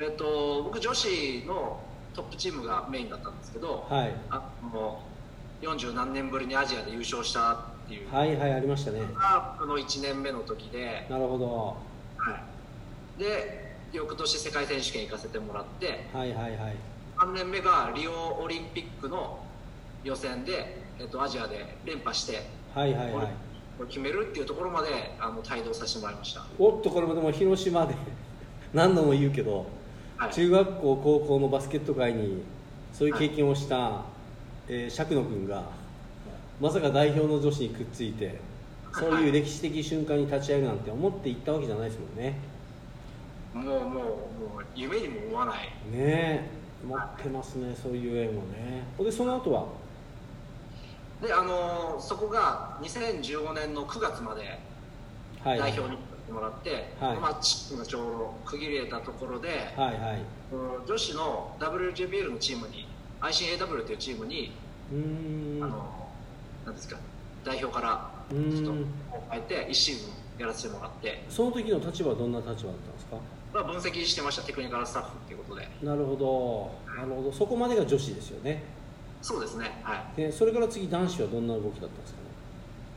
えっと、僕女子のトップチームがメインだったんですけど、は、はい、あもう40何年ぶりにアジアで優勝したっていう、はいはいありましたねがこの1年目の時で、なるほどはい、で翌年世界選手権行かせてもらってはいはいはい3年目がリオオリンピックの予選で、えっと、アジアで連覇してはいはいはいこれ決めるっていうところまであの帯同させてもらいました、おっとこれもでも広島で 何度も言うけどはい、中学校高校のバスケット界にそういう経験をした、えー、釈野君がまさか代表の女子にくっついてそういう歴史的瞬間に立ち会えるなんて思って行ったわけじゃないですもんねもうもうもう夢にも思わないねえ持ってますねそういう縁をねほんでその後はであのそこが2015年の9月まではい代はい表に行ってもらって、はいまあ、チームがちょうど区切れたところで、はいうん女子の WJBL のチームに ICAW というチームに、うーんあのなんですか代表からうちょっとーん変えて1シーズンやらせてもらって、その時の立場はどんな立場だったんですかまあ、分析してましたテクニカルスタッフっていうことでなるほどなるほどそこまでが女子ですよねそうですねはでそれから次男子はどんな動きだったんですか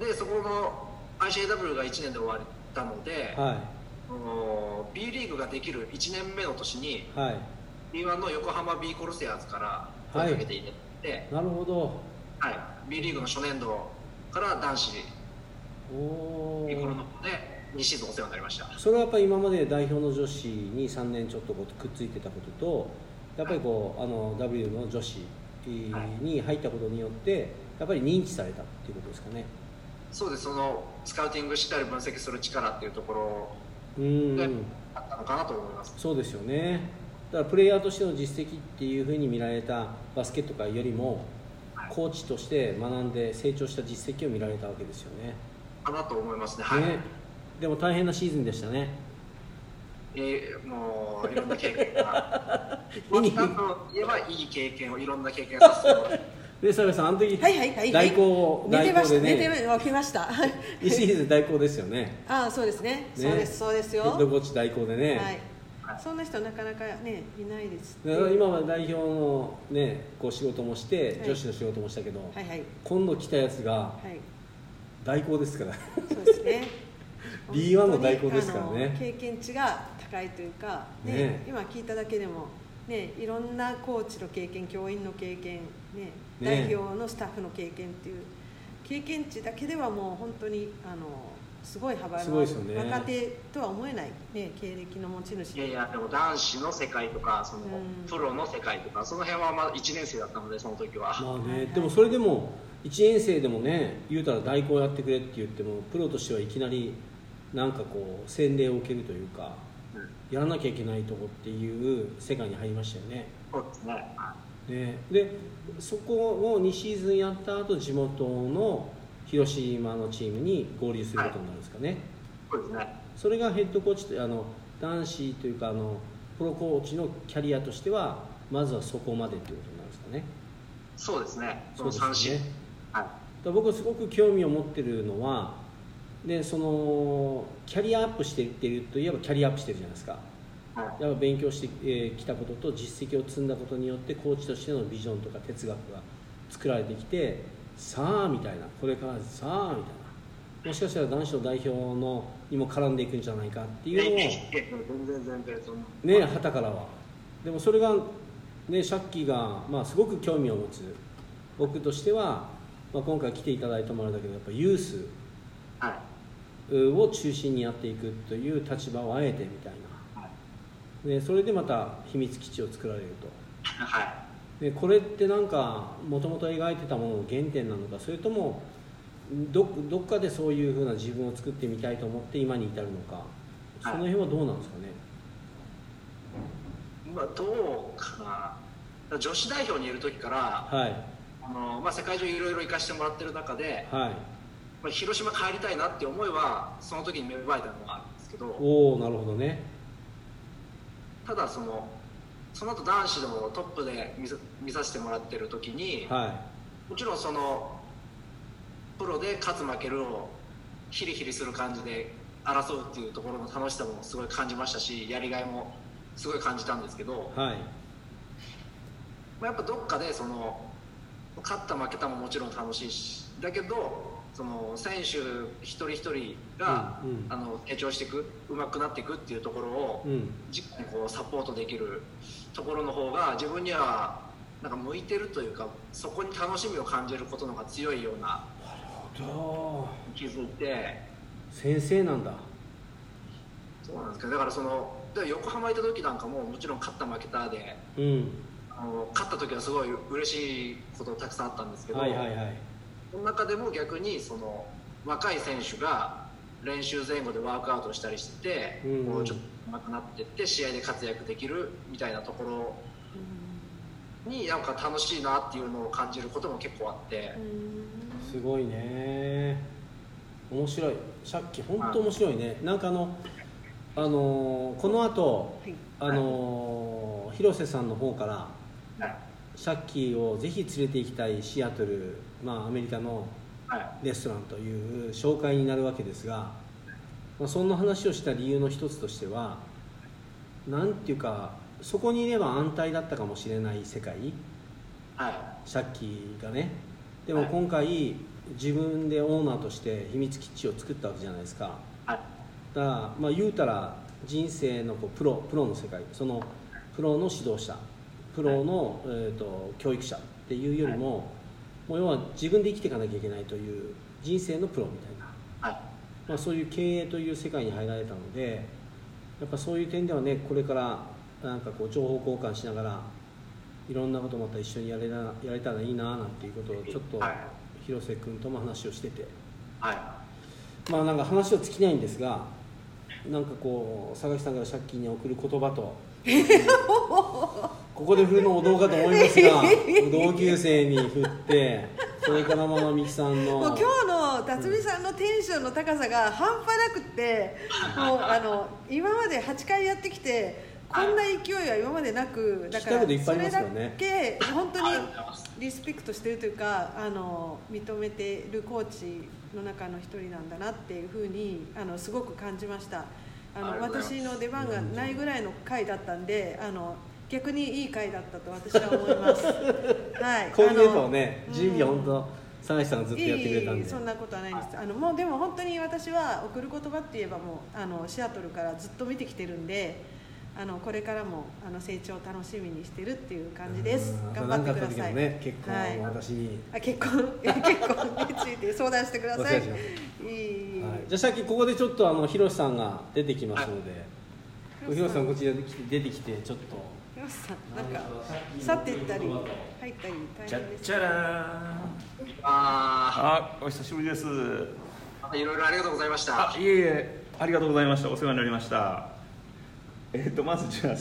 ねいでそこの ICAW が1年で終わったので、はあの B リーグができる1年目の年にいはい B1 の横浜 B コルセアーズからはい声かけていただいて、なるほどはい B リーグの初年度から男子おビコールの方で2シーズンお世話になりましたそれはやっぱり今まで代表の女子に3年ちょっとこうくっついてたこととやっぱりこうあの W の女子に入ったことによってやっぱり認知されたっていうことですかねそうですそのスカウティングしたり分析する力っていうとこうろがんあったのかなと思います、そうですよねだからプレイヤーとしての実績っていうふうに見られたバスケット界よりもコーチとして学んで成長した実績を見られたわけですよね,、かなと思いますねはい、ねでも大変なシーズンでしたねえーもういろんな経験が いい松田といえばいい経験をいろんな経験させてもらってで澤部さんあの時、はいはいはい代行寝てました、代行でね寝てま起きま した1シーズン代行ですよねああそうですねねそうですそうですよヘッドコーチ代行でね、はいそんな人なかなかねいないですだから今は代表のねこう仕事もして、はい女子の仕事もしたけど、はいはい今度来たやつがはい代行です からそうです ね B1 の代行ですからね本当にあの経験値が高いというか、ねね今聞いただけでも、ね、いろんなコーチの経験教員の経験、ねね代表のスタッフの経験っていう経験値だけではもう本当にあのすごい幅のあるすごいですよね若手とは思えない、ね、経歴の持ち主いやいやでも男子の世界とかそのうんプロの世界とかその辺はまだ1年生だったのでその時は、まあね、はいはいでもそれでも1年生でもね言うたら代行やってくれって言ってもプロとしてはいきなりなんかこう洗礼を受けるというかうんやらなきゃいけないとこっていう世界に入りましたよねそうですねねでそこを2シーズンやった後地元の広島のチームに合流することになるんですかね、そうですねそれがヘッドコーチとあの男子というかあのプロコーチのキャリアとしてはまずはそこまでっていうことになるんですかねそうですねそのそう三ですよ振ねはいだから僕すごく興味を持ってるのはでそのキャリアアップしていってるといえばキャリアアップしてるじゃないですかはいやっぱ勉強してき、えーきたことと実績を積んだことによってコーチとしてのビジョンとか哲学が作られてきてさあみたいなこれからさあみたいなもしかしたら男子の代表のにも絡んでいくんじゃないかっていうのをいやいやいや全然全然そんなねはたからはでもそれがねシャッキーが、まあ、すごく興味を持つ僕としては、まあ、今回来ていただいたもらだけどやっぱユースはいを中心にやっていくという立場をあえてみたいはなでそれでまた秘密基地を作られるはいとでこれってなんかもともと描いてたものの原点なのかそれともどどっかでそういうふうな自分を作ってみたいと思って今に至るのかその辺はどうなんですかね、まあ、どうかな女子代表にいる時からはいあの、まあ、世界中いろいろ行かしてもらってる中で、はいまあ、広島帰りたいなって思いはその時に芽生えたのがあるんですけどおおなるほどねただそのその後男子でもトップで見さ見させてもらってる時にはもちろんそのプロで勝つ負けるをヒリヒリする感じで争うっていうところの楽しさもすごい感じましたしやりがいもすごい感じたんですけど、いはいまあ、やっぱどっかでその勝った負けたももちろん楽しいしだけどその選手一人一人が、うんうんあの成長していく上手くなっていくっていうところをうんじっくりこうサポートできるところの方が自分にはなんか向いてるというかそこに楽しみを感じることの方が強いような気づいて先生なんだそうなんですけどだからそのだから横浜行った時なんかももちろん勝った負けたでうんあの勝った時はすごい嬉しいことたくさんあったんですけど。はいはいはいその中でも逆にその若い選手が練習前後でワークアウトしたりしてて、うんこうちょっと上手くなってって試合で活躍できるみたいなところになんか楽しいなっていうのを感じることも結構あってう、んすごいね面白いさっき本当面白いねなんかあのあのーこの後はいあのー広瀬さんの方からはいシャッキーをぜひ連れて行きたいシアトル、まあ、アメリカのはいレストランという紹介になるわけですが、まあ、そんな話をした理由の一つとしてはなんていうかそこにいれば安泰だったかもしれない世界はシャッキーがねでもはい今回自分でオーナーとして秘密基地を作ったわけじゃないですかいはいだから、まあ、言うたら人生のこうプロプロの世界そのプロの指導者プロの、えー、と教育者っていうよりも,、もう要は自分で生きていかなきゃいけないという人生のプロみたいな、はいまあ、そういう経営という世界に入られたのでやっぱそういう点ではねこれからなんかこう情報交換しながらいろんなことまた一緒にやれなやれたらいいななんていうことをちょっとはい広瀬君とも話をしててはいまあなんか話を尽きないんですがなんかこう佐々木さんから借金に送る言葉とここで振るのもどうかと思いますが同級生に振ってそれからまあ美樹さんものう今日の辰巳さんのテンションの高さが半端なくって、もうあの今まで8回やってきてこんな勢いは今までなくだから聞きたいこといっぱいありますよそれだねけ本当にありがとうございますリスペクトしてるというかあの認めてるコーチの中の一人なんだなっていうふうにあのすごく感じましたあのありがとうございます私の出番がないぐらいの回だったんであの逆にいい回だったと私は思いますはい こういうデータをねあの準備は本当佐々木さんがずっとやってくれたいいんいいでそんなことはないですあのもうでも本当に私は送る言葉って言えばもうあのシアトルからずっと見てきてるんであのこれからもあの成長を楽しみにしてるっていう感じですうん頑張ってなくんかあだった時さもい、ね結構はい私に、あ結婚結婚について相談してくだおさ世い話しまいすいいい、はい、じゃあさっきここでちょっとあの広瀬さんが出てきますので、はい広瀬さんこちらに来て出てきてちょっとよしさんなんか去っていったり入ったり大じゃっ変ですちゃらーんああお久しぶりですーいろいろありがとうございましたあいえいえありがとうございましたお世話になりましたえっとまずじゃあ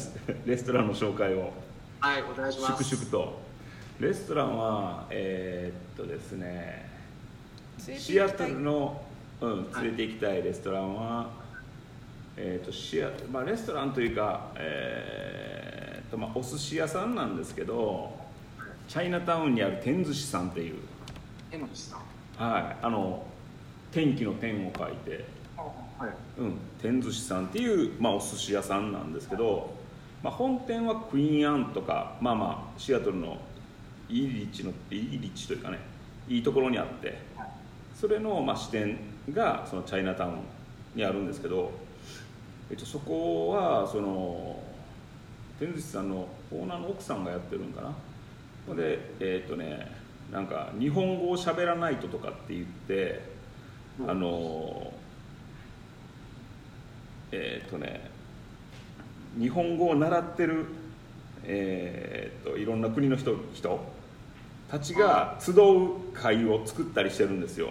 レストランの紹介をはいお願いします粛々とレストランはえーっとですね連れて行きたいシアトルの、うん、連れて行きたいレストランは、えーっとシアまあ、レストランというか、えーっとまあ、お寿司屋さんなんですけどチャイナタウンにある天寿司さんっていう、天野さんはい、あの天気の天を書いて、はいうん、天寿司さんっていう、まあ、お寿司屋さんなんですけど、まあ、本店はクイーンアンとかまあまあシアトルのいい立地のいい立地というかねいいところにあってそれの、まあ、支店がそのチャイナタウンにあるんですけど、えっと、そこはその天寿司さんのオーナーの奥さんがやってるんかなほんでえっとねなんか日本語を喋らないととかって言ってあのえーっとね日本語を習ってる、えーっといろんな国の人人たちが集う会を作ったりしてるんですよ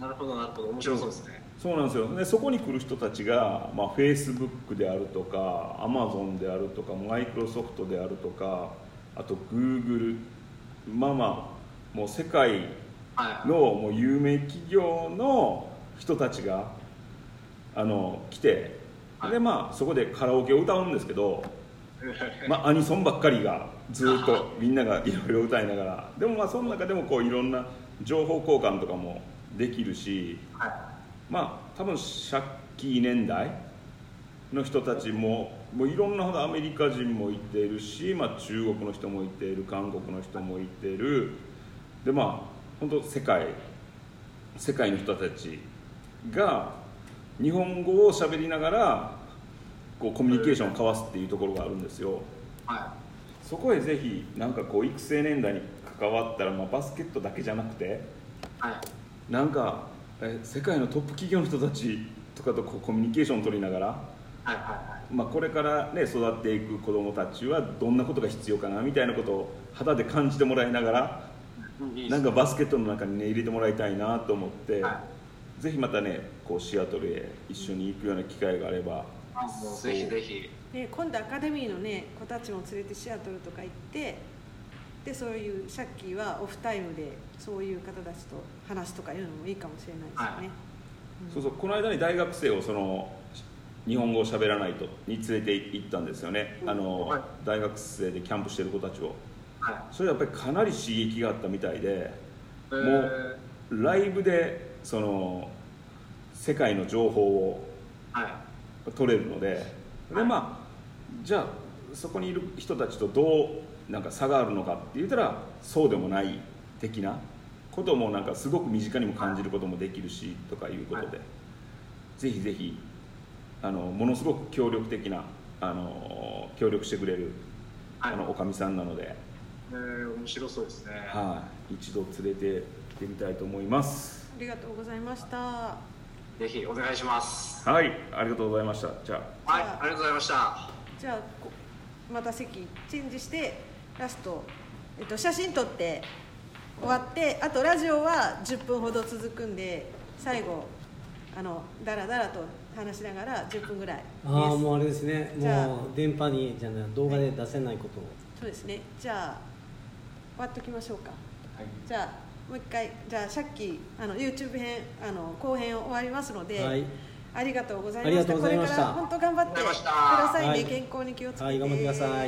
なるほどなるほど面白そうですねそうなんですよでそこに来る人たちが、まあ、Facebook であるとか Amazon であるとか Microsoft であるとかあと Google まあまあもう世界はいのもう有名企業の人たちがあの来てはいでまあそこでカラオケを歌うんですけど、まあ、アニソンばっかりがずっとみんながいろいろ歌いながらでもまあその中でもこういろんな情報交換とかもできるしはまあ多分借金年代の人たちももういろんなほどアメリカ人もいているし、まあ、中国の人もいている韓国の人もいているでまあ本当世界世界の人たちが日本語を喋りながらこうコミュニケーションを交わすっていうところがあるんですよいはそこへぜひなんかこう育成年代に関わったら、まあ、バスケットだけじゃなくていはいなんかえ世界のトップ企業の人たちとかとこうコミュニケーションを取りながら、はいはいまあ、これから、ね、育っていく子どもたちはどんなことが必要かなみたいなことを肌で感じてもらいながらうんいいでなすんねかバスケットの中に、ね、入れてもらいたいなと思って、はぜひまたねこうシアトルへ一緒に行くような機会があれば、あもうぜひぜひで今度アカデミーのね子たちも連れてシアトルとか行ってでそういうシャッキーはオフタイムでそういう方たちと話すとかいうのもいいかもしれないですよね、はいそうそうこの間に大学生をその日本語を喋らないとに連れて行ったんですよね、あのはい大学生でキャンプしてる子たちを。はそれやっぱりかなり刺激があったみたいでいもえうライブでその世界の情報をーはい取れるのででまあじゃあそこにいる人たちとどうなんか差があるのかって言ったらそうでもない的なこともなんかすごく身近にも感じることもできるしとかいうことで、はいぜひぜひあのものすごく協力的なあの協力してくれる、はいあのおかみさんなので。えー面白そうですねはい、一度連れて行ってみたいと思います。ありがとうございましたぜひお願いしますはい、ありがとうございました。じゃはいありがとうございましたじゃあこまた席チェンジしてラスト、えっと、写真撮って終わってあとラジオは10分ほど続くんで最後あのだらだらと話しながら10分ぐらいですああもうあれですねじゃあもう電波にじゃない動画で出せないことをそうですねじゃあ終わっときましょうかはいじゃあもう一回じゃあさっきあの YouTube 編あの後編を終わりますので、はいありがとうございありまがしたとうございましたこれから本当頑張ってくださいね、はい健康に気をつけてはい頑張ってくださいはいあ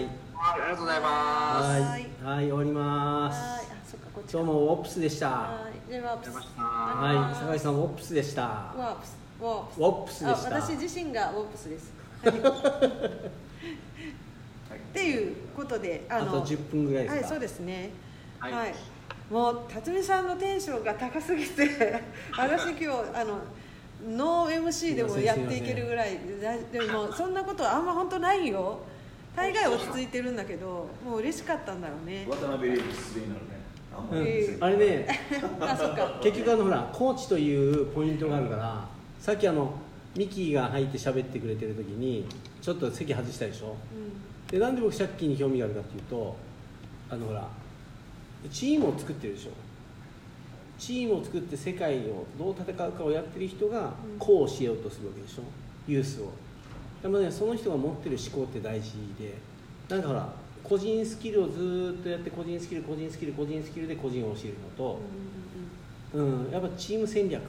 りがとうございます。はいはい終わりはまーいすあそっかこっちかどうもオップスでしたははーいではありがとうございましいた酒井んさんオップスでしたワープスワープスウォップスでしたあ私自身がウォープスです、はい、っていうことでああと10分ぐらいですかはいそうですねは、はいいもう辰巳さんのテンションが高すぎ て私今日あのノー MC でもやっていけるぐらいだでもそんなことあんま本当ないよ大概落ち着いてるんだけどもう嬉しかったんだろうね渡辺レイプ素手になるねあんまりえ見せーてあれねあそっか結局あのほらコーチというポイントがあるからさっきあのミキが入って喋ってくれてる時にちょっと席外したでしょうでなんで僕シャッキーに興味があるかっていうとあのほらチームを作ってるでしょチームを作って世界をどう戦うかをやってる人がうんこうしようとするわけでしょユースをでもねその人が持ってる思考って大事でなんかほら個人スキルをずーっとやって個人スキル個人スキル個人スキルで個人を教えるのと、んうん、やっぱチーム戦略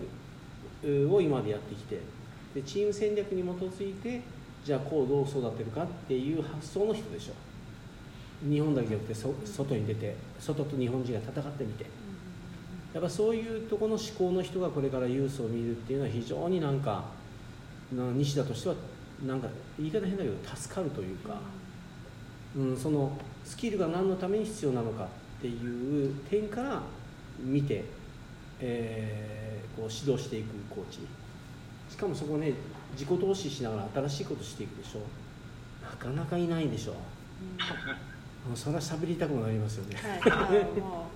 うんを今までやってきてでチーム戦略に基づいてじゃあこうどう育てるかっていう発想の人でしょ日本だけじゃなくてそ外に出て外と日本人が戦ってみてやっぱそういうとこの思考の人がこれからユースを見るっていうのは非常になんかな西田としてはなんか言い方変だけど助かるというか、うん、そのスキルが何のために必要なのかっていう点から見て、えーこう指導していくコーチしかもそこね自己投資しながら新しいことしていくでしょなかなかいないでしょうんうんもうそれは喋りたくもなりますよねはい、あも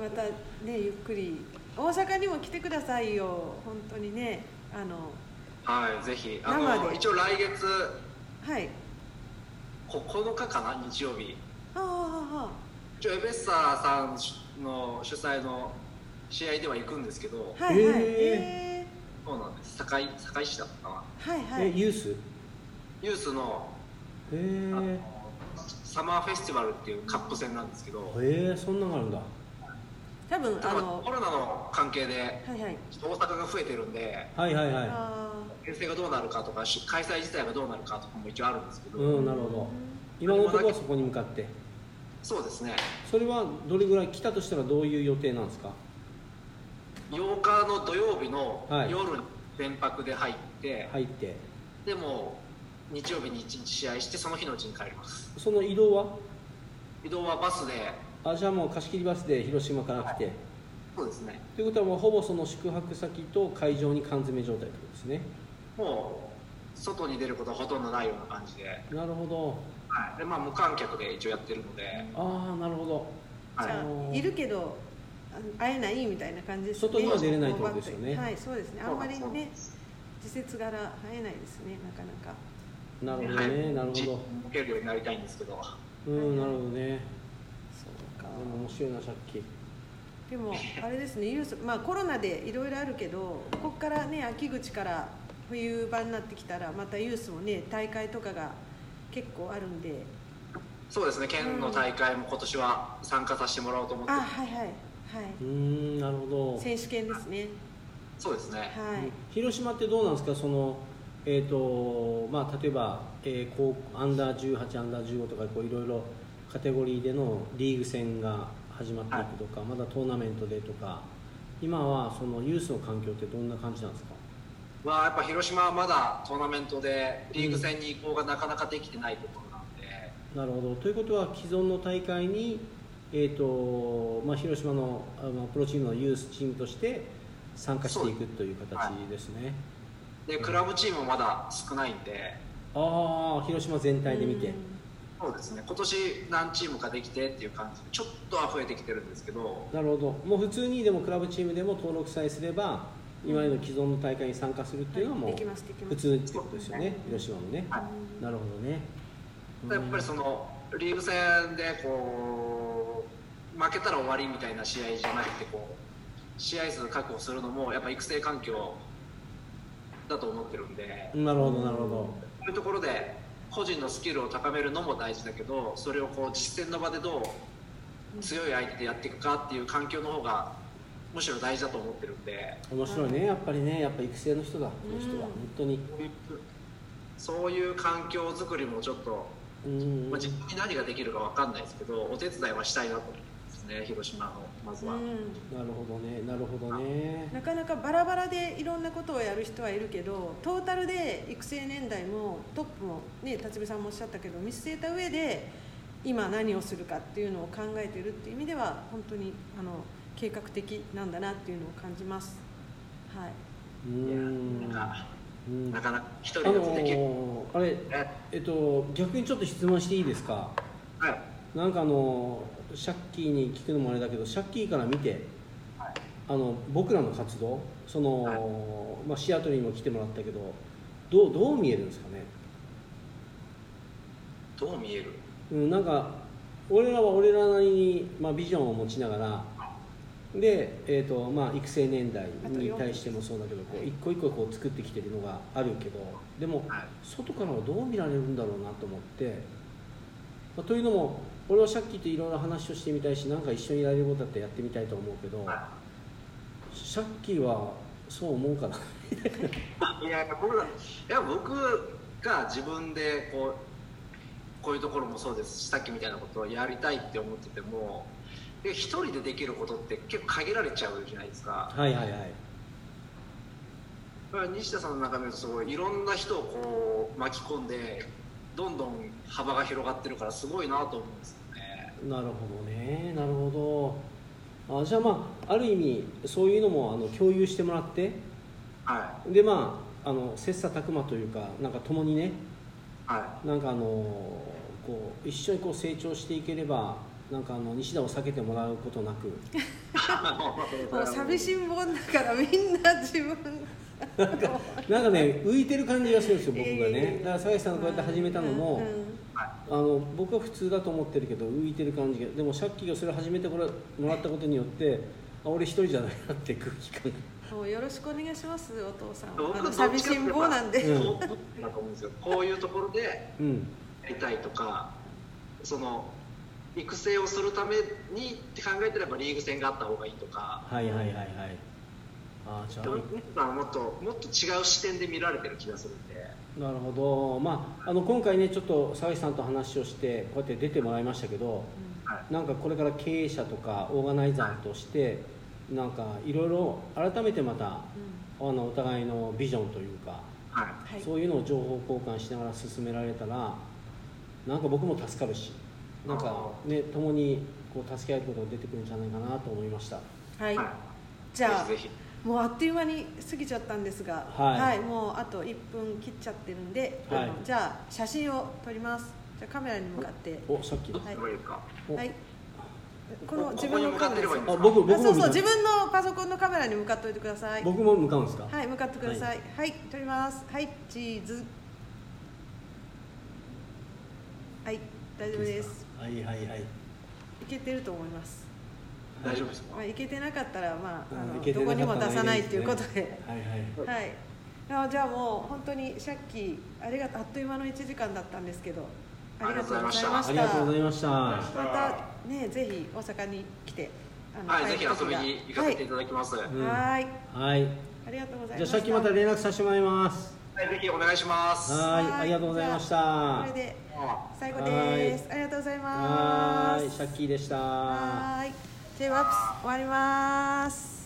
うまたねゆっくり大阪にも来てくださいよ本当にねあのはい、ぜひ。あの生で一応来月はい9日かな日曜日。あああ一応エベッサーさんの主催の試合では行くんですけどあ、ああはいはいへえそうなんです。堺堺市だったかな。ー、はいはえいユースへユースのえあのーサマーフェスティバルっていうカップ戦なんですけど、えー、そんなのがあるんだ多分たあだのコロナの関係ではいはいちょっと大阪が増えてるんで、はいはいはあ遠征がどうなるかとかし開催自体がどうなるかとかも一応あるんですけど、いうんなるほど今のところはそこに向かってそうですね。それはどれぐらい来たとしたらどういう予定なんですか8日の土曜日のはい夜に連泊で入って、入ってでもう日曜日に1日試合してその日のうちに帰りますその移動は移動はバスであじゃあもう貸し切りバスで広島から来て、そうですねということはもうほぼその宿泊先と会場に缶詰め状態ということですねもう外に出ることはほとんどないような感じで,、なるほどはい、でまあ無観客で一応やってるので、ああなるほどあじはいゃあいるけどあの会えないみたいな感じですね外には出れないってことですよねはいそうですねあんまりそうなんねです時節柄会えないですねなかなかなるほどはいねなるほじど受けるようになりたいんですけどうんなるほどねそうでかも面白いなさっきでもあれですね、ユースまあ、コロナでいろいろあるけど、ここからね、秋口から冬場になってきたら、またユースもね、大会とかが結構あるんで、そうですね県の大会も今年は参加させてもらおうと思って、あはいはい、はうい、ーんなるほど、選手権ですね、そうですね、はい、広島ってどうなんですかそのえーとまあ、例えば、えーこうアンダー18、アンダー15とかこういろいろカテゴリーでのリーグ戦が始まっていくとか、まだトーナメントでとか今はそのユースの環境ってどんな感じなんですかまあ、やっぱ広島はまだトーナメントでリーグ戦に移行がなかなかできてないところなんで、なるほどということは既存の大会に、えーとまあ、広島のあのプロチームのユースチームとして参加していくという形ですね、でクラブチームもまだ少ないんでああ広島全体で見て、そうですね今年何チームかできてっていう感じでちょっとは増えてきてるんですけどなるほどもう普通にでもクラブチームでも登録さえすれば今の既存の大会に参加するっていうのはもはいできますできうます普通ってことですよね広島もねはなるほどねうんやっぱりそのリーグ戦でこう負けたら終わりみたいな試合じゃなくてこう試合数確保するのもやっぱ育成環境だと思ってるんで、なるほどなるほどそういうところで個人のスキルを高めるのも大事だけどそれをこう実践の場でどう強い相手でやっていくかっていう環境の方がむしろ大事だと思ってるんで面白いねやっぱりねやっぱ育成の人だこの人はうん本当にそういう環境づくりもちょっと、うんまあ、自分に何ができるかわかんないですけどお手伝いはしたいなと思いますね広島のまずは。うなるほどねなるほどねん、なかなかバラバラでいろんなことをやる人はいるけどトータルで育成年代もトップも、ね、辰巳さんもおっしゃったけど見据えた上で今何をするかっていうのを考えてるっていう意味では本当にあの計画的なんだなっていうのを感じます。はい、ういやんなんかうんなかなか一あ人でできる、のーあれねえっと逆にちょっと質問していいですかはいなんかあのシャッキーに聞くのもあれだけどシャッキーから見て、はいあの僕らの活動その、はいまあ、シアトルにも来てもらったけどどうどう見えるんですかね、どう見えるうん、なんか俺らは俺らなりに、まあ、ビジョンを持ちながらで、えーとまあ、育成年代に対してもそうだけどこう一個一個こう作ってきてるのがあるけどでもはい外からはどう見られるんだろうなと思って、まあというのも俺はシャッキーといろいろ話をしてみたいしなんか一緒にやれることだってやってみたいと思うけどはシャッキーはそう思うかないや僕らいや僕が自分でこうこういうところもそうですしさっきみたいなことをやりたいって思っててもで一人でできることって結構限られちゃうじゃないですかはいはいはいだから西田さんの中ですごいいろんな人をこう巻き込んでどんどん幅が広がってるからすごいなと思うんですよねなるほどねなるほどあじゃあまあある意味そういうのもあの共有してもらってはでまああの切磋琢磨というかなんか共にねいはなんかあのこう一緒にこう成長していければなんかあの西田を避けてもらうことな くいもう寂しいもんだからみんな自分なんかね浮いてる感じがするんですよ僕がいやいやいねやだから佐々木さんがこうやって始めたのも、うんうんあの僕は普通だと思ってるけど浮いてる感じがでもシャッキーがそれを始めてこれもらったことによってあ俺一人じゃないなって空気感がもうよろしくお願いしますお父さん僕あの寂しん坊なんで、うそう思ってたと思うんですよこういうところでうんやりたいとかその育成をするためにって考えてればリーグ戦があった方がいいとかはいはいはいはいあーじゃあでもまあもっともっと違う視点で見られてる気がするんでなるほど、まあ、あの今回ねちょっと沢木さんと話をしてこうやって出てもらいましたけどなんかこれから経営者とかオーガナイザーとしてなんかいろいろ改めてまたうんうんあのお互いのビジョンというか、はいはい、そういうのを情報交換しながら進められたらなんか僕も助かるしなんかね共にこう助け合うことが出てくるんじゃないかなと思いましたはいはいじゃあぜひぜもうあっという間に過ぎちゃったんですが、はいもうあと1分切っちゃってるんで、はいあのじゃあ写真を撮りますじゃあカメラに向かっておさっきひどうすればいいか、おはいこのこ自分のカメラここに向かってればいいんであす僕僕も見あそうそうた自分のパソコンのカメラに向かっておいてください僕も向かうんですか、はい向かってくださいはい、撮りますはいチーズはい大丈夫ですはいはいはいいけてると思います大丈夫ですか、まあいけてなかったらまああうんのいけてどなこかにったもら出さないですということでねはいはいはい、あじゃあもう本当にさっきありがあっという間の1時間だったんですけどありがとうございましたありがとうございました。またねぜひ大阪に来てあのはい帰ぜるひ遊びに行かせていただきます、はい時がはい、はいはい。ありがとうございじゃまあすさっきまた連絡させてもらいます。ぜひお願いしますはい、ありがとうございました。これはであ最後ですありがとうございますい、シャッキーでした。はーい J ワップス終わります